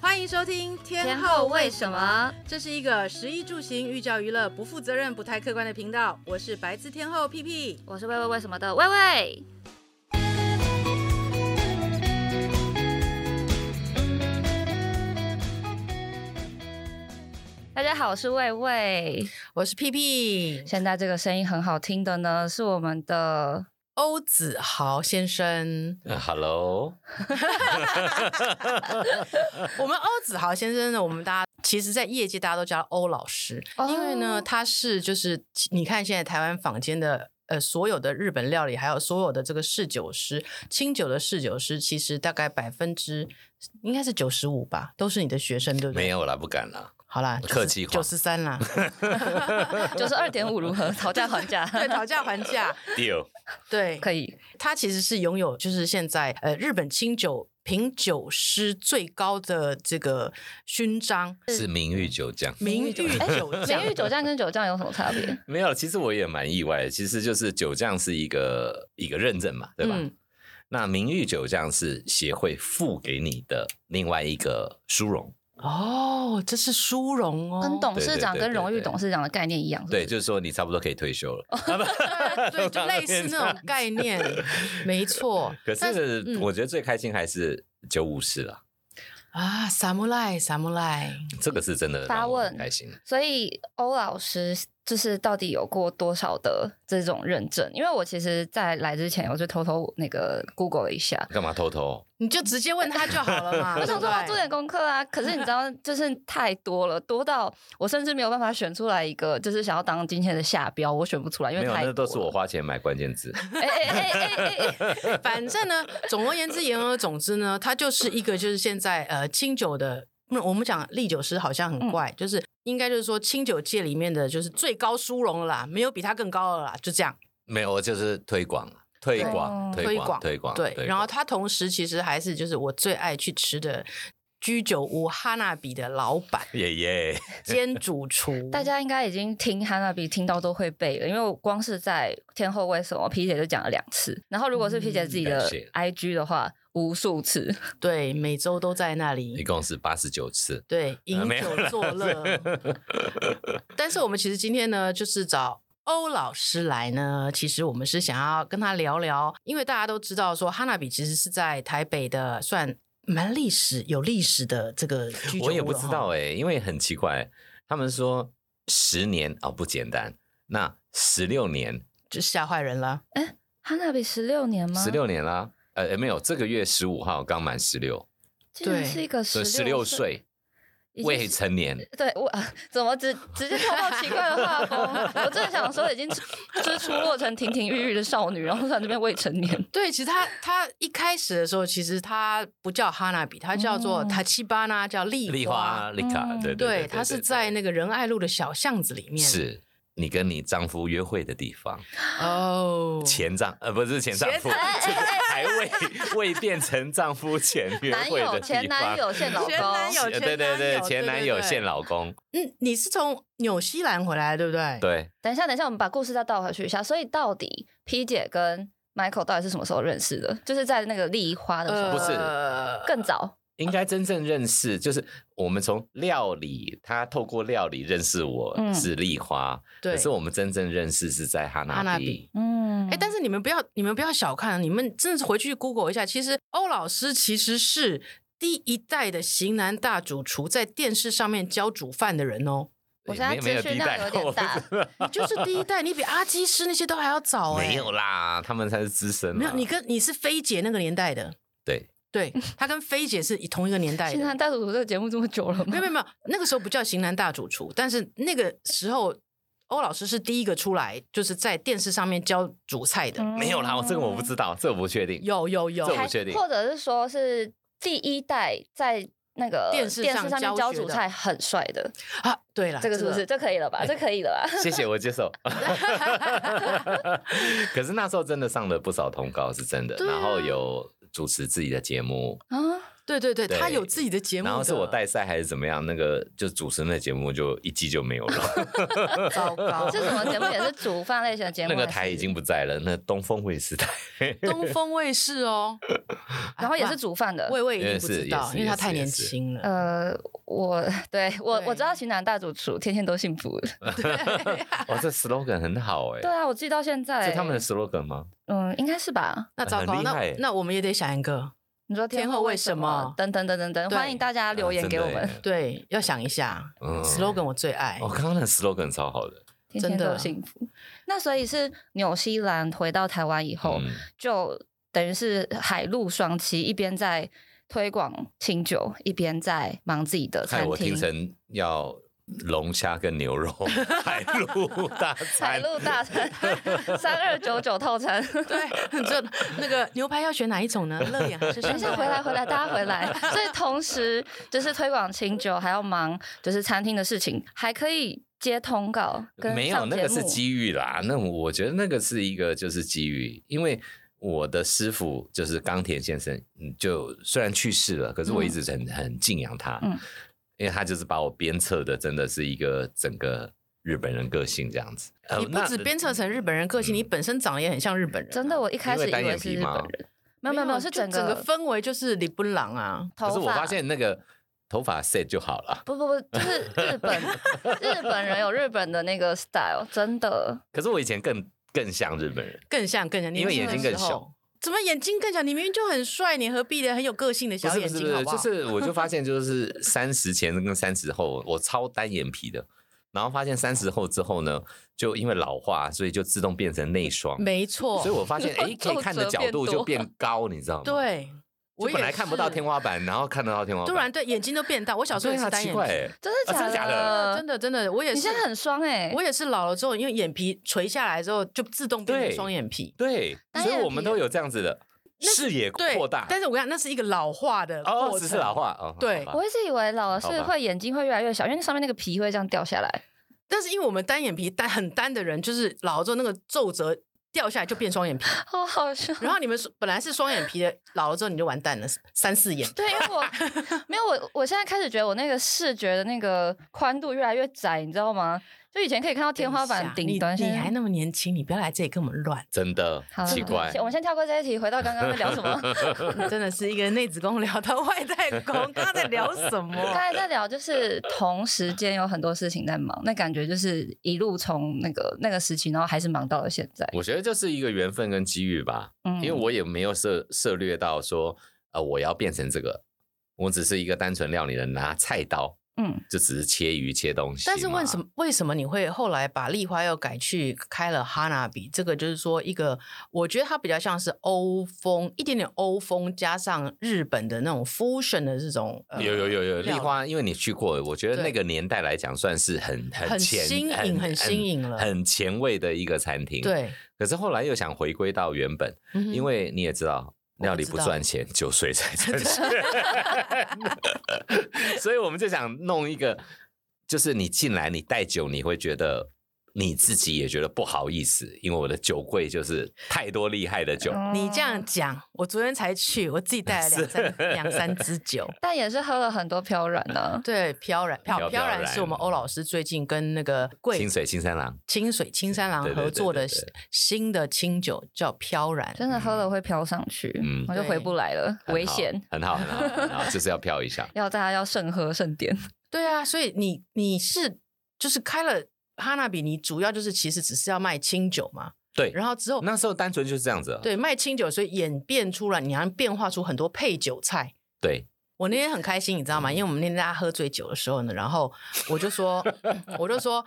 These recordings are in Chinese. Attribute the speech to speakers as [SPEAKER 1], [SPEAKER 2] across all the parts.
[SPEAKER 1] 欢迎收听《天后为什么》，这是一个食衣住行、寓教于乐、不负责任、不太客观的频道。我是白字天后屁屁。
[SPEAKER 2] 我是喂喂为什么的喂喂。大家好，我是魏魏。
[SPEAKER 3] 我是屁屁
[SPEAKER 2] 现在这个声音很好听的呢，是我们 的
[SPEAKER 3] 欧子豪先生。
[SPEAKER 4] 呃 Hello，
[SPEAKER 3] 我们欧子豪先生呢，我们大家其实，在业界大家都叫他欧老师，因为呢，
[SPEAKER 2] 哦
[SPEAKER 3] 他是就是你看现在台湾坊间的。呃，所有的日本料理，还有所有的这个侍酒师、清酒的侍酒师，其实大概百分之应该是九十五吧，都是你的学生，对不对？
[SPEAKER 4] 没
[SPEAKER 3] 有，
[SPEAKER 4] 有啦，不敢啦。
[SPEAKER 3] 好啦，
[SPEAKER 4] 客气话
[SPEAKER 3] 九十三啦，
[SPEAKER 2] 就是二点五如何讨价还 价？
[SPEAKER 3] 对，讨价还价，
[SPEAKER 4] Deal，
[SPEAKER 3] 对，
[SPEAKER 2] 可 以。
[SPEAKER 3] 他其实是拥有就是现在呃日本清酒品酒师最高的这个勋章
[SPEAKER 4] 是名誉酒匠。
[SPEAKER 3] 名誉酒
[SPEAKER 2] 美
[SPEAKER 3] 匠。
[SPEAKER 2] 哎玉酒酱跟酒酱有什么差别？
[SPEAKER 4] 没有，其实我也蛮意外的。其实就是酒匠是一个一个认证嘛，对吧？
[SPEAKER 3] 嗯
[SPEAKER 4] 那名誉酒匠是协会付给你的另外一个殊荣，
[SPEAKER 3] 哦，这是殊荣哦，
[SPEAKER 2] 跟董
[SPEAKER 4] 对对
[SPEAKER 2] 事长
[SPEAKER 4] 对
[SPEAKER 2] 跟
[SPEAKER 4] 对
[SPEAKER 2] 荣誉
[SPEAKER 4] 对
[SPEAKER 2] 董事长的概念一样，是不
[SPEAKER 4] 对，
[SPEAKER 2] 是
[SPEAKER 4] 就是说你差不多可以退休了。
[SPEAKER 3] 对，就类似那种概念，没错。
[SPEAKER 4] 可
[SPEAKER 3] 但
[SPEAKER 4] 是
[SPEAKER 3] 嗯
[SPEAKER 4] 我觉得最开心还是九五式啦，
[SPEAKER 3] 啊，samurai samurai，
[SPEAKER 4] 这个是真的
[SPEAKER 2] 发
[SPEAKER 4] 让我
[SPEAKER 2] 问
[SPEAKER 4] 很开心。
[SPEAKER 2] 所以欧老师就是到底有过多少的这种认证？因为我其实，在来之前我就偷偷那个 Google 了一下，
[SPEAKER 4] 干嘛偷偷？
[SPEAKER 3] 你就直接问他就好了嘛。
[SPEAKER 2] 我想说要
[SPEAKER 3] 对
[SPEAKER 2] 做点功课啊。可是你知 道，就是太多了，多到我甚至没有办法选出来一个，就是想要当今天的下标，我选不出来，因
[SPEAKER 4] 没
[SPEAKER 2] 为
[SPEAKER 4] 有，
[SPEAKER 2] 太
[SPEAKER 4] 那都
[SPEAKER 2] 多
[SPEAKER 4] 是我
[SPEAKER 2] 了。
[SPEAKER 4] 花钱买关键字。
[SPEAKER 2] 哎哎哎哎哎 哎，
[SPEAKER 3] 不对反正呢，总而言之，言而总之呢，它就是一个就是现在呃清酒的。那我们讲历酒师好像
[SPEAKER 2] 嗯
[SPEAKER 3] 很怪，就是应该就是说清酒界里面的就是最高殊荣了啦，没有比它更高的啦，就这样。
[SPEAKER 4] 没有，我就是推广，推广，
[SPEAKER 2] 哦
[SPEAKER 4] 推广，推
[SPEAKER 3] 推
[SPEAKER 4] 广。
[SPEAKER 3] 对
[SPEAKER 4] 推，
[SPEAKER 3] 然后
[SPEAKER 4] 广
[SPEAKER 3] 他同时其实还是就是我最爱去吃的居酒屋哈娜比的老板
[SPEAKER 4] 耶耶，
[SPEAKER 3] 兼主厨。
[SPEAKER 2] 大家应该已经听哈娜比听到都会背了，因为我光是在天后为什么皮姐就讲了两次，然后如果是皮姐自己
[SPEAKER 4] 嗯
[SPEAKER 2] 的
[SPEAKER 4] 感谢
[SPEAKER 2] IG 的话，无数次。
[SPEAKER 3] 对每周都在那
[SPEAKER 4] 一
[SPEAKER 3] 里。
[SPEAKER 4] 共是八十九次。
[SPEAKER 3] 对，饮
[SPEAKER 4] 呃没有
[SPEAKER 3] 酒
[SPEAKER 4] 啦
[SPEAKER 3] 作乐。 但是我们其实今天呢，就是找欧老师来呢，其实我们是想要跟他聊聊，因为大家都知道说哈娜比其实是在台北的算蛮历史有历史的这个居酒屋
[SPEAKER 4] 我也不
[SPEAKER 3] 了
[SPEAKER 4] 知
[SPEAKER 3] 哈
[SPEAKER 4] 道哎、因为很奇怪，他们说十年哦不简单，那十六年，
[SPEAKER 3] 就吓坏人了。
[SPEAKER 2] 哈娜比十六年吗？
[SPEAKER 4] 十，六年啦，呃没有，这个月十五号刚满十六，
[SPEAKER 2] 竟然
[SPEAKER 3] 对
[SPEAKER 2] 是一个
[SPEAKER 4] 所以十
[SPEAKER 2] 十
[SPEAKER 4] 六，岁
[SPEAKER 2] 已经
[SPEAKER 4] 未
[SPEAKER 2] 是
[SPEAKER 4] 成年，
[SPEAKER 2] 对我啊怎么直直接跳到奇怪的画风？我 正想说，已经出就是出落成亭亭玉玉的少女，然后突然这边未成 年。
[SPEAKER 3] 对，其实他他一开始的时候，其实他不叫哈娜比，他叫做
[SPEAKER 2] 嗯
[SPEAKER 3] 塔奇巴纳，叫丽
[SPEAKER 4] 丽花丽卡，
[SPEAKER 2] 嗯
[SPEAKER 4] 对对
[SPEAKER 3] 对，他是在那个仁爱路的小巷子里面。
[SPEAKER 4] 是你跟你丈夫约会的地方，
[SPEAKER 3] 哦，
[SPEAKER 4] 前丈呃不是前丈夫，还未未变成丈夫前约
[SPEAKER 2] 男
[SPEAKER 4] 会的
[SPEAKER 2] 友、
[SPEAKER 4] 地方，
[SPEAKER 2] 前男友、现老公，
[SPEAKER 3] 前男友
[SPEAKER 4] 呃对对对前男友现
[SPEAKER 3] 现
[SPEAKER 4] 老公，
[SPEAKER 3] 嗯，你是从纽西兰回来，对不对？
[SPEAKER 4] 对。
[SPEAKER 2] 等一下，等一下，我们把故事再倒回去一下。所以到底 P 姐跟 Michael 到底是什么时候认识的？就是在那个丽花的时候，
[SPEAKER 4] 不是
[SPEAKER 3] 呃
[SPEAKER 2] 更早
[SPEAKER 4] 应该真正认识，就是我们从料理，他透过料理认识我、
[SPEAKER 2] 嗯
[SPEAKER 4] 是丽花，
[SPEAKER 3] 对
[SPEAKER 4] 可是我们真正认识是在哈
[SPEAKER 3] 哈
[SPEAKER 4] 娜
[SPEAKER 3] 娜
[SPEAKER 4] 比
[SPEAKER 3] 比。
[SPEAKER 2] 嗯
[SPEAKER 3] 哎，但是你们不要，你们不要小看，你们真的是回去 Google 一下。其实欧老师其实是第一代的型男大主厨，在电视上面教煮饭的人哦，
[SPEAKER 2] 我现在
[SPEAKER 4] 没没有
[SPEAKER 2] 资讯
[SPEAKER 4] 地
[SPEAKER 2] 量
[SPEAKER 4] 带
[SPEAKER 2] 有点
[SPEAKER 4] 我
[SPEAKER 2] 大
[SPEAKER 4] 不知
[SPEAKER 3] 你就是第一代，你比阿基师那些都还要早
[SPEAKER 4] 道
[SPEAKER 3] 哎。
[SPEAKER 4] 没有啦，他们才是资深啦。
[SPEAKER 3] 没有，你跟你是菲姐那个年代的，
[SPEAKER 4] 对
[SPEAKER 3] 对，她跟菲姐是同一个年代
[SPEAKER 2] 现在
[SPEAKER 3] 的。
[SPEAKER 2] 大主厨这个节目这么久了
[SPEAKER 3] 没有？
[SPEAKER 2] 吗
[SPEAKER 3] 没有没有，那个时候不叫型男大主厨，但是那个时候欧老师是第一个出来，就是在电视上面教煮菜的。
[SPEAKER 2] 嗯
[SPEAKER 4] 没有啦，我这个我不知道，这个我不确定。
[SPEAKER 3] 有有有
[SPEAKER 4] 这，我
[SPEAKER 2] 还
[SPEAKER 4] 不确定
[SPEAKER 2] 或者是说是第一代在那个
[SPEAKER 3] 电视
[SPEAKER 2] 电
[SPEAKER 3] 上
[SPEAKER 2] 视上面
[SPEAKER 3] 教
[SPEAKER 2] 教
[SPEAKER 3] 学
[SPEAKER 2] 主
[SPEAKER 3] 的
[SPEAKER 2] 菜很帅的，
[SPEAKER 3] 啊，对了，
[SPEAKER 2] 这个是不是？这可以了吧？这可以了吧？
[SPEAKER 4] 谢谢，我接受。 可是那时候真的上了不少通告，是真的。
[SPEAKER 3] 对啊
[SPEAKER 4] 然后有主持自己的节目，
[SPEAKER 2] 啊，
[SPEAKER 3] 对对对，
[SPEAKER 4] 对
[SPEAKER 3] 他有自己的节目的，
[SPEAKER 4] 然后是我带赛还是怎么样？那个就主持人的节目就一季就没有了，
[SPEAKER 3] 糟糕，
[SPEAKER 2] 是什么 节目？也是煮饭类型的节目。
[SPEAKER 4] 那个台已经，不在了，那东风卫 视台。
[SPEAKER 3] 东风卫视哦，
[SPEAKER 2] 然后也是
[SPEAKER 3] 主，
[SPEAKER 2] 煮饭的
[SPEAKER 3] 我。也我也
[SPEAKER 4] 也
[SPEAKER 3] 不
[SPEAKER 4] 是
[SPEAKER 3] 知道
[SPEAKER 4] 也，是
[SPEAKER 3] 因为他
[SPEAKER 4] 也是
[SPEAKER 3] 太
[SPEAKER 4] 也
[SPEAKER 3] 年
[SPEAKER 4] 是
[SPEAKER 3] 轻了。
[SPEAKER 2] 呃，我对我
[SPEAKER 3] 对
[SPEAKER 2] 我知道型男大主厨，天天都幸福。嗯
[SPEAKER 4] 哇，这 slogan 很 好哎、
[SPEAKER 2] 对啊，我记到现在。
[SPEAKER 4] 是他们的 slogan 吗？
[SPEAKER 2] 嗯，应该是吧？
[SPEAKER 3] 那糟
[SPEAKER 4] 很
[SPEAKER 3] 糕，
[SPEAKER 4] 厉
[SPEAKER 3] 那
[SPEAKER 4] 害耶
[SPEAKER 3] 那我们也得想一个，
[SPEAKER 2] 你说
[SPEAKER 3] 天
[SPEAKER 2] 天
[SPEAKER 3] 后
[SPEAKER 2] 后
[SPEAKER 3] 为
[SPEAKER 2] 为
[SPEAKER 3] 什
[SPEAKER 2] 什
[SPEAKER 3] 么
[SPEAKER 2] 么？等等等等等，
[SPEAKER 3] 对
[SPEAKER 2] 欢迎大家留言给我
[SPEAKER 4] 啊
[SPEAKER 2] 们。
[SPEAKER 4] 真的耶
[SPEAKER 3] 对，要想一下
[SPEAKER 4] 嗯
[SPEAKER 3] slogan，我最爱
[SPEAKER 4] 哦，刚刚那 slogan 超好的，
[SPEAKER 2] 天天
[SPEAKER 3] 真的
[SPEAKER 2] 都幸福。那所以是纽西兰回到台湾以后，
[SPEAKER 4] 嗯
[SPEAKER 2] 就等于是海陆双栖，一边在推广清酒，一边在忙自己的
[SPEAKER 4] 害
[SPEAKER 2] 餐
[SPEAKER 4] 我听
[SPEAKER 2] 厅。
[SPEAKER 4] 成要龙虾跟牛肉 海陆大
[SPEAKER 2] 海
[SPEAKER 4] 餐。
[SPEAKER 2] 陆大 餐三二九九套餐，
[SPEAKER 3] 对， 这那个牛排要选哪一种呢？乐眼还是
[SPEAKER 2] 等一下回来回来，大家回来。所以同时就是推广清酒，还要忙就是餐厅的事情，还可以接通告跟
[SPEAKER 4] 没有，
[SPEAKER 2] 上
[SPEAKER 4] 那
[SPEAKER 2] 节
[SPEAKER 4] 个是
[SPEAKER 2] 目。
[SPEAKER 4] 机遇啦。那我觉得那个是一个就是机遇，因为我的师傅就是冈田先生，嗯，就虽然去世了，可是我一直很、很敬仰他，
[SPEAKER 2] 嗯
[SPEAKER 4] 因为他就是把我鞭策的，真的是一个整个日本人个性这样子。呃
[SPEAKER 3] 你不
[SPEAKER 4] 那
[SPEAKER 3] 止鞭策成日本人个性，你本身长得也很像日本人啊。
[SPEAKER 2] 真的，我一开始以
[SPEAKER 4] 因为单
[SPEAKER 2] 为
[SPEAKER 4] 眼
[SPEAKER 2] 是
[SPEAKER 4] 皮
[SPEAKER 2] 日本
[SPEAKER 4] 吗
[SPEAKER 2] 人，没有没有没有，是
[SPEAKER 3] 就整
[SPEAKER 2] 个
[SPEAKER 3] 个氛围就是李不朗啊，
[SPEAKER 2] 头
[SPEAKER 4] 可
[SPEAKER 2] 发。
[SPEAKER 4] 是我发现那个头发 set 就好了。
[SPEAKER 2] 不不不，就是日本日本人有日本的那个 style，真的。
[SPEAKER 4] 可是我以前更更像日本人，
[SPEAKER 3] 更像更像，
[SPEAKER 4] 因为
[SPEAKER 3] 年轻
[SPEAKER 4] 眼睛
[SPEAKER 3] 的
[SPEAKER 4] 更
[SPEAKER 3] 时
[SPEAKER 4] 小
[SPEAKER 3] 候。怎么眼睛更小？你明明就很帅，你何必的很有个性的
[SPEAKER 4] 不
[SPEAKER 3] 小
[SPEAKER 4] 是
[SPEAKER 3] 眼
[SPEAKER 4] 不是
[SPEAKER 3] 睛，
[SPEAKER 4] 不
[SPEAKER 3] 好
[SPEAKER 4] 是，
[SPEAKER 3] 不好？
[SPEAKER 4] 就是我就发现， 就是三十前跟三十后，我超单眼皮的。然后发现三十后之后呢，就因为老化，所以就自动变成内双。
[SPEAKER 3] 没错
[SPEAKER 4] 所以，我发现， 哎，可以看的角度就变高，你知道吗？，
[SPEAKER 3] 对，
[SPEAKER 4] 我
[SPEAKER 3] 我
[SPEAKER 4] 本来
[SPEAKER 3] 也
[SPEAKER 4] 看不到
[SPEAKER 3] 是
[SPEAKER 4] 天花板，然后看得到天花板。
[SPEAKER 3] 突然对眼睛都变大。我小时候也
[SPEAKER 4] 对啊
[SPEAKER 3] 是单
[SPEAKER 4] 奇
[SPEAKER 3] 眼
[SPEAKER 4] 怪
[SPEAKER 3] 皮，呃
[SPEAKER 4] 欸，
[SPEAKER 2] 真呃的假
[SPEAKER 4] 啊真的假的
[SPEAKER 3] 真的真的，我也
[SPEAKER 2] 你
[SPEAKER 3] 是
[SPEAKER 2] 现在很双哎、
[SPEAKER 3] 我也是老了之后，因为眼皮垂下来之后，就自动变成
[SPEAKER 4] 对
[SPEAKER 3] 双眼皮。
[SPEAKER 4] 对，
[SPEAKER 2] 单
[SPEAKER 4] 所以
[SPEAKER 2] 眼
[SPEAKER 4] 我们
[SPEAKER 2] 皮
[SPEAKER 4] 都有这样子的视野
[SPEAKER 3] 对
[SPEAKER 4] 扩大。
[SPEAKER 3] 但是我跟你讲，那是一个老化的
[SPEAKER 4] 哦，
[SPEAKER 3] 过
[SPEAKER 4] 只是
[SPEAKER 3] 程
[SPEAKER 4] 老化哦，
[SPEAKER 3] 对
[SPEAKER 4] 好吧
[SPEAKER 2] 我一直以为老了
[SPEAKER 4] 好
[SPEAKER 2] 是
[SPEAKER 4] 吧，
[SPEAKER 2] 会眼睛会越来越小，因为上面那个皮会这样掉下来。
[SPEAKER 3] 但是因为我们单眼皮单很单的人，就是老了之后那个皱褶掉下来就变双眼皮。
[SPEAKER 2] 好好笑。
[SPEAKER 3] 然后你们是本来是双眼皮的，老了之后你就完蛋了，三四眼。
[SPEAKER 2] 对，因为我没有我，我现在开始觉得我那个视觉的那个宽度越来越窄，你知道吗？就以前可以看到天花板
[SPEAKER 3] 等一下
[SPEAKER 2] 顶端，
[SPEAKER 3] 你
[SPEAKER 2] 现
[SPEAKER 3] 你
[SPEAKER 2] 在
[SPEAKER 3] 还那么年轻，你不要来这里跟我们 乱
[SPEAKER 4] 真的
[SPEAKER 2] 好了
[SPEAKER 4] 奇
[SPEAKER 2] 好了
[SPEAKER 4] 怪。
[SPEAKER 2] 先我们先跳过这一题，回到刚刚在聊什 么？
[SPEAKER 3] 你真的是一个内子宫聊到外太空，刚刚在聊什
[SPEAKER 2] 刚
[SPEAKER 3] 么？
[SPEAKER 2] 才在聊，就是同时间有很多事情在忙，那感觉就是一路从那个那个时期，然后还是忙到了现在。
[SPEAKER 4] 我觉得就是一个缘分跟机遇吧。
[SPEAKER 2] 嗯，
[SPEAKER 4] 因为我也没有涉涉略到说，呃，我要变成这个，我只是一个单纯料理人，拿菜刀
[SPEAKER 2] 嗯，
[SPEAKER 4] 就只是切鱼切东西 嘛。
[SPEAKER 3] 但是为什么为什么你会后来把丽花又改去开了哈娜比？这个就是说一个，我觉得它比较像是欧风，一点点欧风加上日本的那种 fusion 的这种。呃
[SPEAKER 4] 有有有有
[SPEAKER 3] 料
[SPEAKER 4] 丽
[SPEAKER 3] 理
[SPEAKER 4] 花，因为你去过，我觉得
[SPEAKER 3] 对
[SPEAKER 4] 那个年代来讲，算是很
[SPEAKER 3] 很
[SPEAKER 4] 前
[SPEAKER 3] 新颖很新颖了
[SPEAKER 4] 很前卫的一个餐厅。，
[SPEAKER 3] 对，
[SPEAKER 4] 可是后来又想回归到原本，
[SPEAKER 3] 嗯哼
[SPEAKER 4] 因为你也知道。
[SPEAKER 3] 我不
[SPEAKER 4] 料理不
[SPEAKER 3] 知道
[SPEAKER 4] 赚钱，酒水才赚钱， 所以我们就想弄一个，就是你进来，你带酒，你会觉得你自己也觉得不好意思，因为我的酒柜就是太多厉害的酒，
[SPEAKER 2] 嗯
[SPEAKER 3] 你这样，讲，我昨天才去，我自己带了两 三两三支酒。
[SPEAKER 2] 但也是喝了很多飘然啊
[SPEAKER 4] 嗯
[SPEAKER 2] 呢、
[SPEAKER 3] 对，飘然飘
[SPEAKER 4] 飘
[SPEAKER 3] 飘然
[SPEAKER 4] 然
[SPEAKER 3] 是我们欧老师最近跟那个贵
[SPEAKER 4] 清水青三郎，
[SPEAKER 3] 清水青山郎
[SPEAKER 4] 对对
[SPEAKER 3] 合
[SPEAKER 4] 对
[SPEAKER 3] 作的
[SPEAKER 4] 对对
[SPEAKER 3] 新的清酒叫飘然。
[SPEAKER 2] 真的喝了会飘上去，
[SPEAKER 4] 嗯
[SPEAKER 2] 我就回不来了，
[SPEAKER 4] 很好
[SPEAKER 2] 危险。，
[SPEAKER 4] 很好，很好，很好，就是要飘一下。
[SPEAKER 2] 要大家要慎喝慎点，
[SPEAKER 3] 对啊，所以你你是就是开了哈娜比，你主要就是其实只是要卖清酒嘛，
[SPEAKER 4] 对，
[SPEAKER 3] 然后之后
[SPEAKER 4] 那时候单纯就是这样子啊。
[SPEAKER 3] 对卖清酒，所以演变出来，你要变化出很多配酒菜。
[SPEAKER 4] 对，
[SPEAKER 3] 我那天很开心，你知道吗？因
[SPEAKER 4] 嗯
[SPEAKER 3] 为我们那天大家喝醉酒的时候呢，然后我就 说，我就说，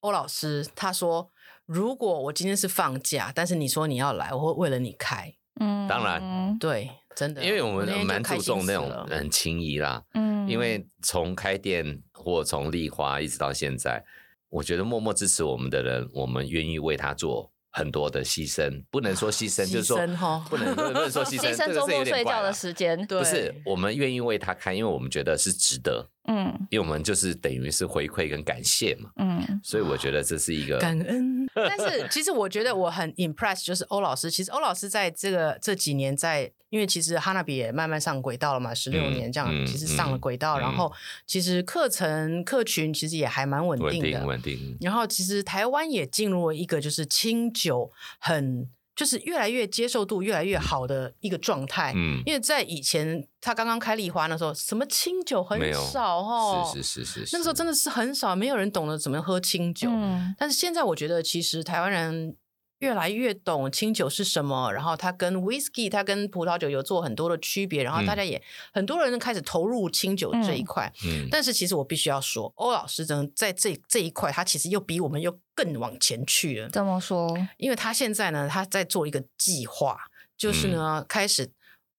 [SPEAKER 3] 欧老师，他说，如果我今天是放假，但是你说你要来，我会为了你开。
[SPEAKER 2] 嗯，
[SPEAKER 4] 当然，
[SPEAKER 3] 对，真的，
[SPEAKER 4] 因为我们
[SPEAKER 3] 那天就
[SPEAKER 4] 蛮
[SPEAKER 3] 开
[SPEAKER 4] 注
[SPEAKER 3] 心
[SPEAKER 4] 重那
[SPEAKER 3] 死
[SPEAKER 4] 种
[SPEAKER 3] 了
[SPEAKER 4] 很轻易啦，
[SPEAKER 2] 嗯
[SPEAKER 4] 因为从开店或从丽花一直到现在，我觉得默默支持我们的人，我们愿意为他做很多的牺牲，不能说牺牲，
[SPEAKER 3] 牺
[SPEAKER 4] 就是说
[SPEAKER 3] 牲齁
[SPEAKER 4] 不能不能不能说牺
[SPEAKER 2] 牺
[SPEAKER 4] 牲，这
[SPEAKER 2] 牲
[SPEAKER 4] 个
[SPEAKER 2] 周
[SPEAKER 4] 是有
[SPEAKER 2] 末
[SPEAKER 4] 点
[SPEAKER 2] 睡
[SPEAKER 4] 怪
[SPEAKER 2] 觉
[SPEAKER 4] 啦
[SPEAKER 2] 的时间，
[SPEAKER 3] 对，
[SPEAKER 4] 不是，我们愿意为他开，因为我们觉得是值得，
[SPEAKER 2] 嗯
[SPEAKER 4] 因为我们就是等于是回馈跟感谢嘛，
[SPEAKER 2] 嗯，
[SPEAKER 4] 所以我觉得这是一个
[SPEAKER 3] 感恩但是其实我觉得我很 impress，就是欧老师。其实欧老师在这个这几年在，因为其实哈娜比也慢慢上轨道了嘛，十六
[SPEAKER 4] 嗯
[SPEAKER 3] 年这样，
[SPEAKER 4] 嗯
[SPEAKER 3] 其实上了轨道，
[SPEAKER 4] 嗯
[SPEAKER 3] 然后其实课程客群其实也还蛮稳
[SPEAKER 4] 稳
[SPEAKER 3] 定的
[SPEAKER 4] 定。稳定，
[SPEAKER 3] 然后其实台湾也进入了一个就是清酒很就是越来越接受度越来越好的一个状态。
[SPEAKER 4] 嗯，
[SPEAKER 3] 因为在以前他刚刚开丽花那时候，什么清酒很
[SPEAKER 4] 没有
[SPEAKER 3] 少哦，
[SPEAKER 4] 是是是是是，
[SPEAKER 3] 那个时候真的是很少，没有人懂得怎么喝清酒。
[SPEAKER 2] 嗯，
[SPEAKER 3] 但是现在我觉得，其实台湾人越来越懂清酒是什么，然后它跟 whisky、它跟葡萄酒有做很多的区别，然后
[SPEAKER 4] 嗯
[SPEAKER 3] 大家也、很多人开始投入清酒这一块。
[SPEAKER 4] 嗯，
[SPEAKER 3] 但是其实我必须要说，欧老师真的在这这一块，他其实又比我们又更往前去了，
[SPEAKER 2] 怎么说？
[SPEAKER 3] 因为他现在呢，他在做一个计划，
[SPEAKER 4] 嗯
[SPEAKER 3] 就是呢，开始